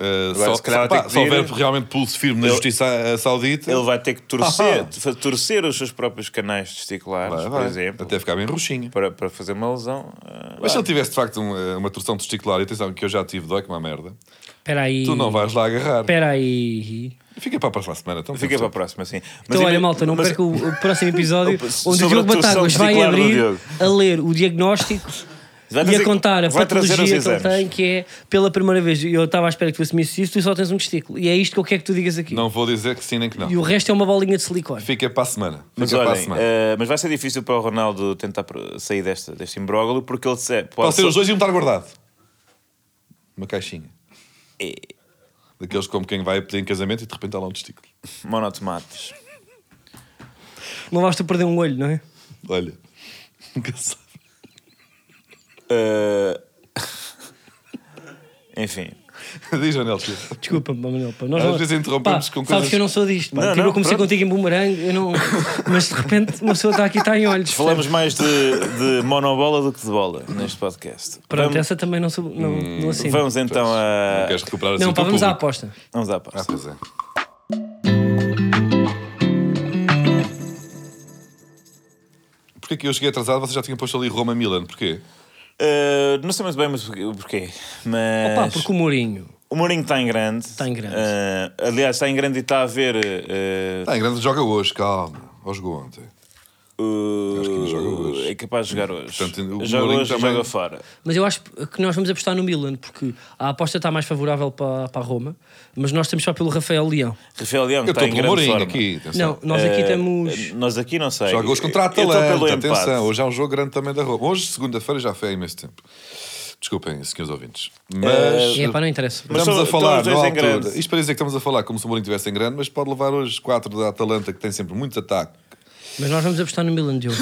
Uh,
Agora,
só,
se calhar vai
só,
ter
pá,
que
se houver
pedir- né?
realmente pulso firme na
Ele-
justiça ah, saudita,
Ele vai ter que torcer,
Ah.
fa- torcer os seus próprios canais testiculares,
vai,
por
vai.
exemplo,
até ficar bem roxinho.
para, para fazer uma lesão. ah,
Mas
vai.
se ele tivesse de facto um, uma torção testicular, e atenção, que eu já tive, dói que uma merda,
Espera aí.
tu não vais lá agarrar.
Espera aí.
Fica para a próxima semana. Então,
Fica para a
temos tempo.
próxima, sim. Mas
Então, olha,
ainda-
malta, não
mas-
perca o, o próximo episódio
Opa, s-
onde o
sobre a
Diogo
torção
Batagas vai
testicular do
abrir
Diogo.
a ler o diagnóstico
Vai
e
trazer-
a contar a
vai trazer
patologia
os
que ele
exames.
tem, que é pela primeira vez. Eu estava à espera que tu assumisse isso, tu só tens um testículo. E é isto que eu quero que tu digas aqui.
Não vou dizer que sim nem que não.
E o resto é uma bolinha de silicone.
Fica para a semana. Fica
Mas,
para a
olhem,
semana.
ah, mas vai ser difícil para o Ronaldo tentar pro- sair deste, deste imbróglio porque ele se, pode,
Pode ser
só-
os dois e um estar guardado. Uma caixinha.
É.
Daqueles como quem vai pedir em casamento e de repente há lá um testículo.
monotomates.
Não basta perder um olho, não é?
Olha, (laughs) nunca se sabe.
Ah, (laughs) Enfim.
(laughs) Diz, Anel, tio.
Desculpa-me, Manuel. Pá. Nós
Às
não-
vezes interrompemos
pá,
com
Sabes
coisas-
que eu não sou disto. pá.
Não,
Tipo,
não,
eu comecei
pronto.
contigo em bumerangue, eu
(laughs)
não... mas de repente uma pessoa está aqui e está em olhos.
Falamos mais de, de monobola do que de bola neste podcast.
Pronto,
vamos,
essa também não, sou, não, não assino.
vamos então a.
Não queres recuperar assim
Não,
o
pá,
teu
vamos à
público?
aposta.
Vamos à
Ah,
aposta.
pois é. Porquê que eu cheguei atrasado? Vocês já tinham posto ali Roma-Milan. Porquê?
Uh, não sei muito bem mas o porquê, mas
Opa, porque o Mourinho...
o Mourinho está em grande. Eh, tá
Está em grande.
Uh, aliás, está em grande e está a ver. uh,
Tá,
Tá
Está em grande, joga hoje, calma. Ou jogou ontem.
uh,
Acho que ainda joga hoje.
É capaz de jogar hoje.
Portanto, o
joga
Mourinho
hoje e
também-
joga fora.
Mas eu acho que nós vamos apostar no Milan, porque a aposta está mais favorável para, para a Roma, mas nós estamos só pelo Rafael Leão.
Rafael Leão
Eu
está
estou
em
pelo
grande
Mourinho
forma.
aqui, atenção.
Não, nós aqui
Eh,
estamos.
Nós aqui não sei.
Joga hoje contra a
Eu estou pelo
Atalanta,
empate.
atenção. Hoje é um jogo grande também da Roma. Hoje, segunda-feira, já foi há imenso tempo. Desculpem, senhores ouvintes. Mas...
É, pá, não interessa.
Mas são-
Estamos a falar
estão os
na
dois em
altura.
grande.
Isto para dizer que estamos a falar como se o Mourinho estivesse em grande, mas pode levar hoje 4 da Atalanta, que tem sempre muito ataque.
Mas nós vamos apostar no Milan, Diogo.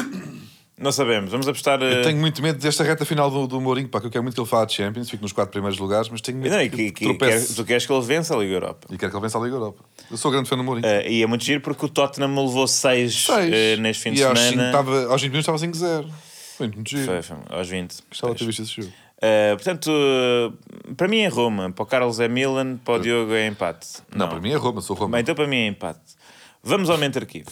Não sabemos. Vamos apostar. eh,
Tenho muito medo desta reta final do, do Mourinho, pá, que eu quero muito que ele vá à Champions, fique nos 4 primeiros lugares, mas tenho medo
Não, e
que,
que,
que
que,
tropece.
quer- tu queres que ele vença a Liga Europa.
E quero que ele vença a Liga Europa. Eu sou grande fã do Mourinho.
Eh, e é muito giro porque o Tottenham levou 6
Seis.
neste fim
e
de
aos cinco
semana.
estava- aos 20 minutos estava 5-0. Foi muito giro.
Foi, foi, aos 20.
Gostava de ter visto esse jogo.
Eh, portanto, eh, para mim é Roma, para o Carlos é Milan, para o Diogo é empate.
Não, para mim é Roma, sou Roma.
Bem, então para mim é empate. Vamos ao Mente Arquivo.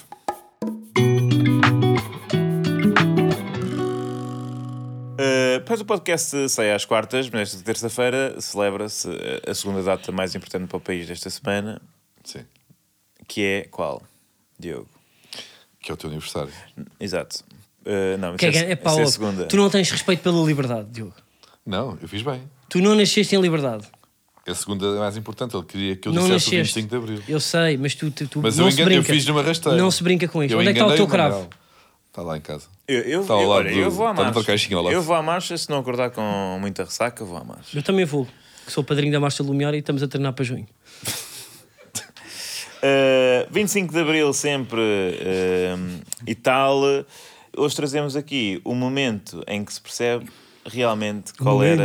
Uh, pois o podcast sai às quartas, mas esta terça-feira celebra-se uh, a segunda data mais importante para o país desta semana,
Sim.
que é qual? Diogo.
Que é o teu aniversário.
Exato. Uh, não,
Que
isso
é,
é,
que-
se-
é, pá,
isso é
ó,
a segunda.
tu não tens respeito pela liberdade, Diogo.
Não, eu fiz bem.
Tu não nasceste em liberdade.
A segunda é mais importante. Ele queria que eu
não
dissesse o
nasceste.
25 de Abril.
Eu sei, mas tu, tu, tu
Mas
não
eu,
se
enganei, eu
brinca.
fiz numa rasteira.
Não se brinca com isto.
Eu
Onde é que está o
enganei
teu cravo?
Manuel. Está lá em casa.
Eu, eu,
Está ao
eu-
lado
olha,
do-
eu vou à
está noutra
marcha.
caixinha ao lado.
Eu vou à marcha, se não acordar com muita ressaca, eu vou à marcha.
Eu também vou, que sou padrinho da Marcha Lumiar e estamos a treinar para junho.
Uh, 25 de Abril sempre uh, e tal. Hoje trazemos aqui o momento em que se percebe realmente qual
Momento.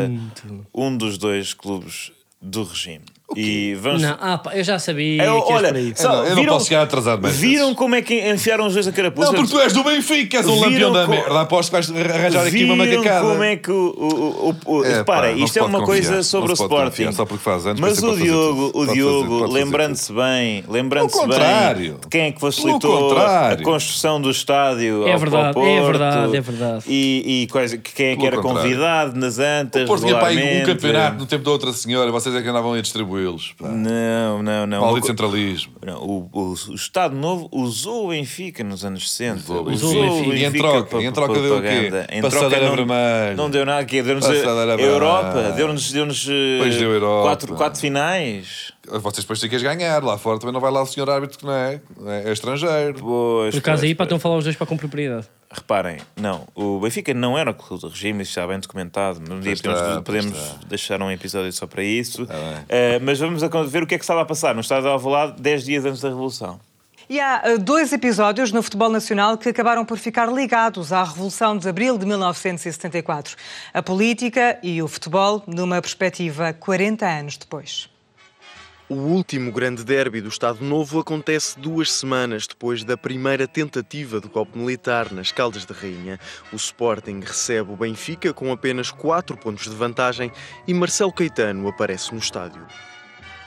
era um dos dois clubes do regime. E vamos.
Não, ah, pá, eu já
É,
sabia.
Eu-
que ias
olha,
por aí.
só,
Eu não- eu não
viram,
posso chegar atrasado mais
Viram
vezes.
como é que enfiaram os dois a carapuça?
Não, porque tu és do Benfica, és um
Viram
lampião da
co-
merda. Aposto que vais arranjar aqui uma
Viram
macacada.
como é que o. o, o, o-
É,
repara,
pá, não
isto
se
é
pode
uma
confiar,
coisa
não
sobre o
se pode confiar,
Sporting.
só porque faz anos,
Mas
pensa que
o
pode fazer
Diogo,
tudo.
o
Pode fazer, pode
Diogo
fazer
lembrando-se bem, lembrando-se
Pelo
bem
contrário.
de quem é que
Pelo
facilitou a
contrário.
construção do estádio.
É
ao-
verdade,
ao Porto,
é verdade, é verdade.
E, e quais- que quem é que
Pelo
era
contrário.
convidado nas Antas.
O Porto tinha para aí um
regularmente.
campeonato no tempo da outra senhora, vocês é que andavam a distribuí-los. pá.
Não, não, não.
Maldito
Uma co-
centralismo.
Não, o, o, o Estado Novo usou o Benfica nos anos 60.
Usou o
Usou,
Benfica.
o
E em
Benfica.
troca-
para-
e em troca
para
deu o quê?
propaganda. Em
Passadeira
troca não-
vermelha.
Não deu nada. Quê? Deu-nos a,
Passadeira
a
vermelha.
Europa. Deu-nos deu-nos, eh,
Pois deu a Europa.
Quatro, quatro finais.
Vocês depois têm que as ganhar. Lá fora também não vai lá o senhor árbitro que não é, é estrangeiro.
Pois,
Por acaso
pois,
aí, pá,
pois.
estão a falar os dois para com propriedade.
Reparem, não, o Benfica não era o clube do regime, isso está bem documentado. Um dia
Pois está,
podemos,
pois
podemos deixar um episódio só para isso.
bem.
Eh, mas vamos a- ver o que é que estava a passar no Estado de Alvalade 10 dias antes da Revolução.
E há eh, dois episódios no futebol nacional que acabaram por ficar ligados à Revolução de Abril de 1974. A política e o futebol numa perspectiva 40 anos depois.
O último grande derby do Estado Novo acontece duas semanas depois da primeira tentativa de golpe militar nas Caldas de Rainha. O Sporting recebe o Benfica com apenas 4 pontos de vantagem e Marcelo Caetano aparece no estádio.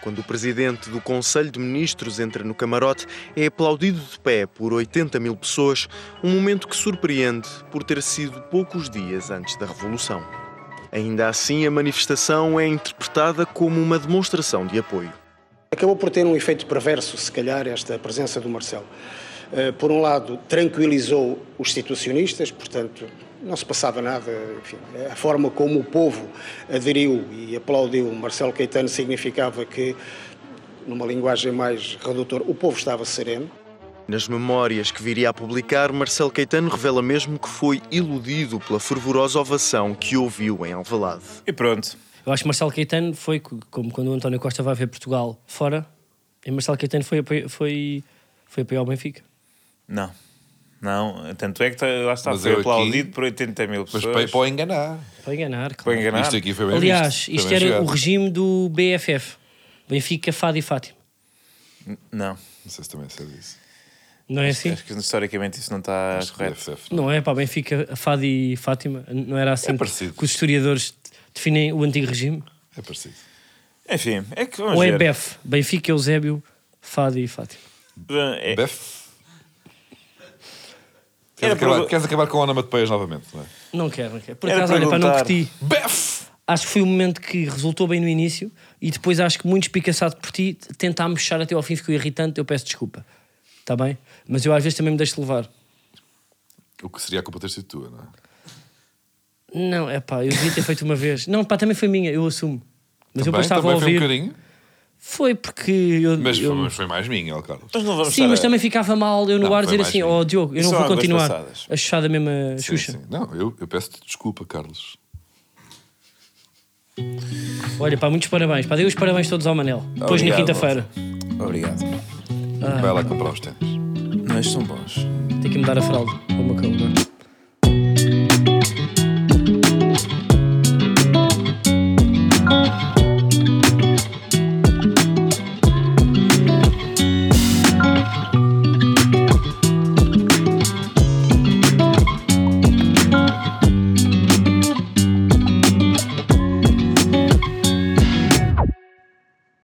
Quando o presidente do Conselho de Ministros entra no camarote, é aplaudido de pé por 80 mil pessoas, um momento que surpreende por ter sido poucos dias antes da Revolução. Ainda assim, a manifestação é interpretada como uma demonstração de apoio.
Acabou por ter um efeito perverso, se calhar, esta presença do Marcelo. Eh, Por um lado, tranquilizou os situacionistas, portanto, não se passava nada. Enfim, a forma como o povo aderiu e aplaudiu Marcelo Caetano significava que, numa linguagem mais redutora, o povo estava sereno.
Nas memórias que viria a publicar, Marcelo Caetano revela mesmo que foi iludido pela fervorosa ovação que ouviu em Alvalade.
E pronto.
Eu acho que Marcelo Caetano foi, co- como quando o António Costa vai ver Portugal fora, e Marcelo Caetano foi, apoio- foi, foi apoiar o Benfica.
Não. Não, tanto é que tá- lá está,
Mas
foi
eu aqui-
aplaudido por 80 mil
Mas
pessoas.
para, para o enganar.
Para enganar, claro.
Para enganar.
Isto aqui foi bem
Aliás,
visto.
isto
Foi
era
bem
o
jogado.
regime do BFF. Benfica, Fado e Fátima.
Não,
Não sei se também é sei disso.
Não é assim?
acho que historicamente isso não está
Acho que
correto.
BFF, não.
Não é, pá, Benfica, Fado e Fátima. Não era assim
É parecido.
que os historiadores definem o antigo regime?
É parecido.
Enfim, é que vamos
Ou é
ver.
BEF? Benfica, Eusébio, Fado e Fátima.
É-
BEF.
Era
Queres acabar,
prova-
queres acabar com o onomatopeias novamente, não é?
Não quero, não quero. Por
Era
acaso, olha, para não
perguntar.
curti.
BEF!
Acho que foi um momento que resultou bem no início e depois acho que muito espicaçado por ti tentar-me puxar Tá até ao fim ficou irritante, eu peço desculpa. Está bem? Mas eu às vezes também me deixo levar.
O que seria a culpa ter sido tua, não é?
Não, é pá, eu devia ter feito uma vez. Não, pá, também foi minha, eu assumo. Mas eu
Também-
depois estava
também
a
foi um
ouvir.
bocadinho.
foi porque eu.
Mas,
eu-
foi, mas foi mais minha, ó, Carlos.
Mas não vamos
Sim,
estar
mas
a-
também ficava mal eu no
Não,
ar
foi
dizer
mais
assim:
minha.
ó Diogo, eu
Isso
não
são
vou
águas
continuar.
passadas.
A chuchada mesmo a
Sim,
Xuxa.
sim. Não, eu, eu peço-te desculpa, Carlos.
Olha, pá, muitos parabéns. Pá, dei os parabéns todos ao Manel. Depois na
Obrigado.
quinta-feira.
Obrigado.
Ah.
Vai lá comprar os tênis.
Mas são bons.
Tenho que mudar a fralda. Vou-me acalmar.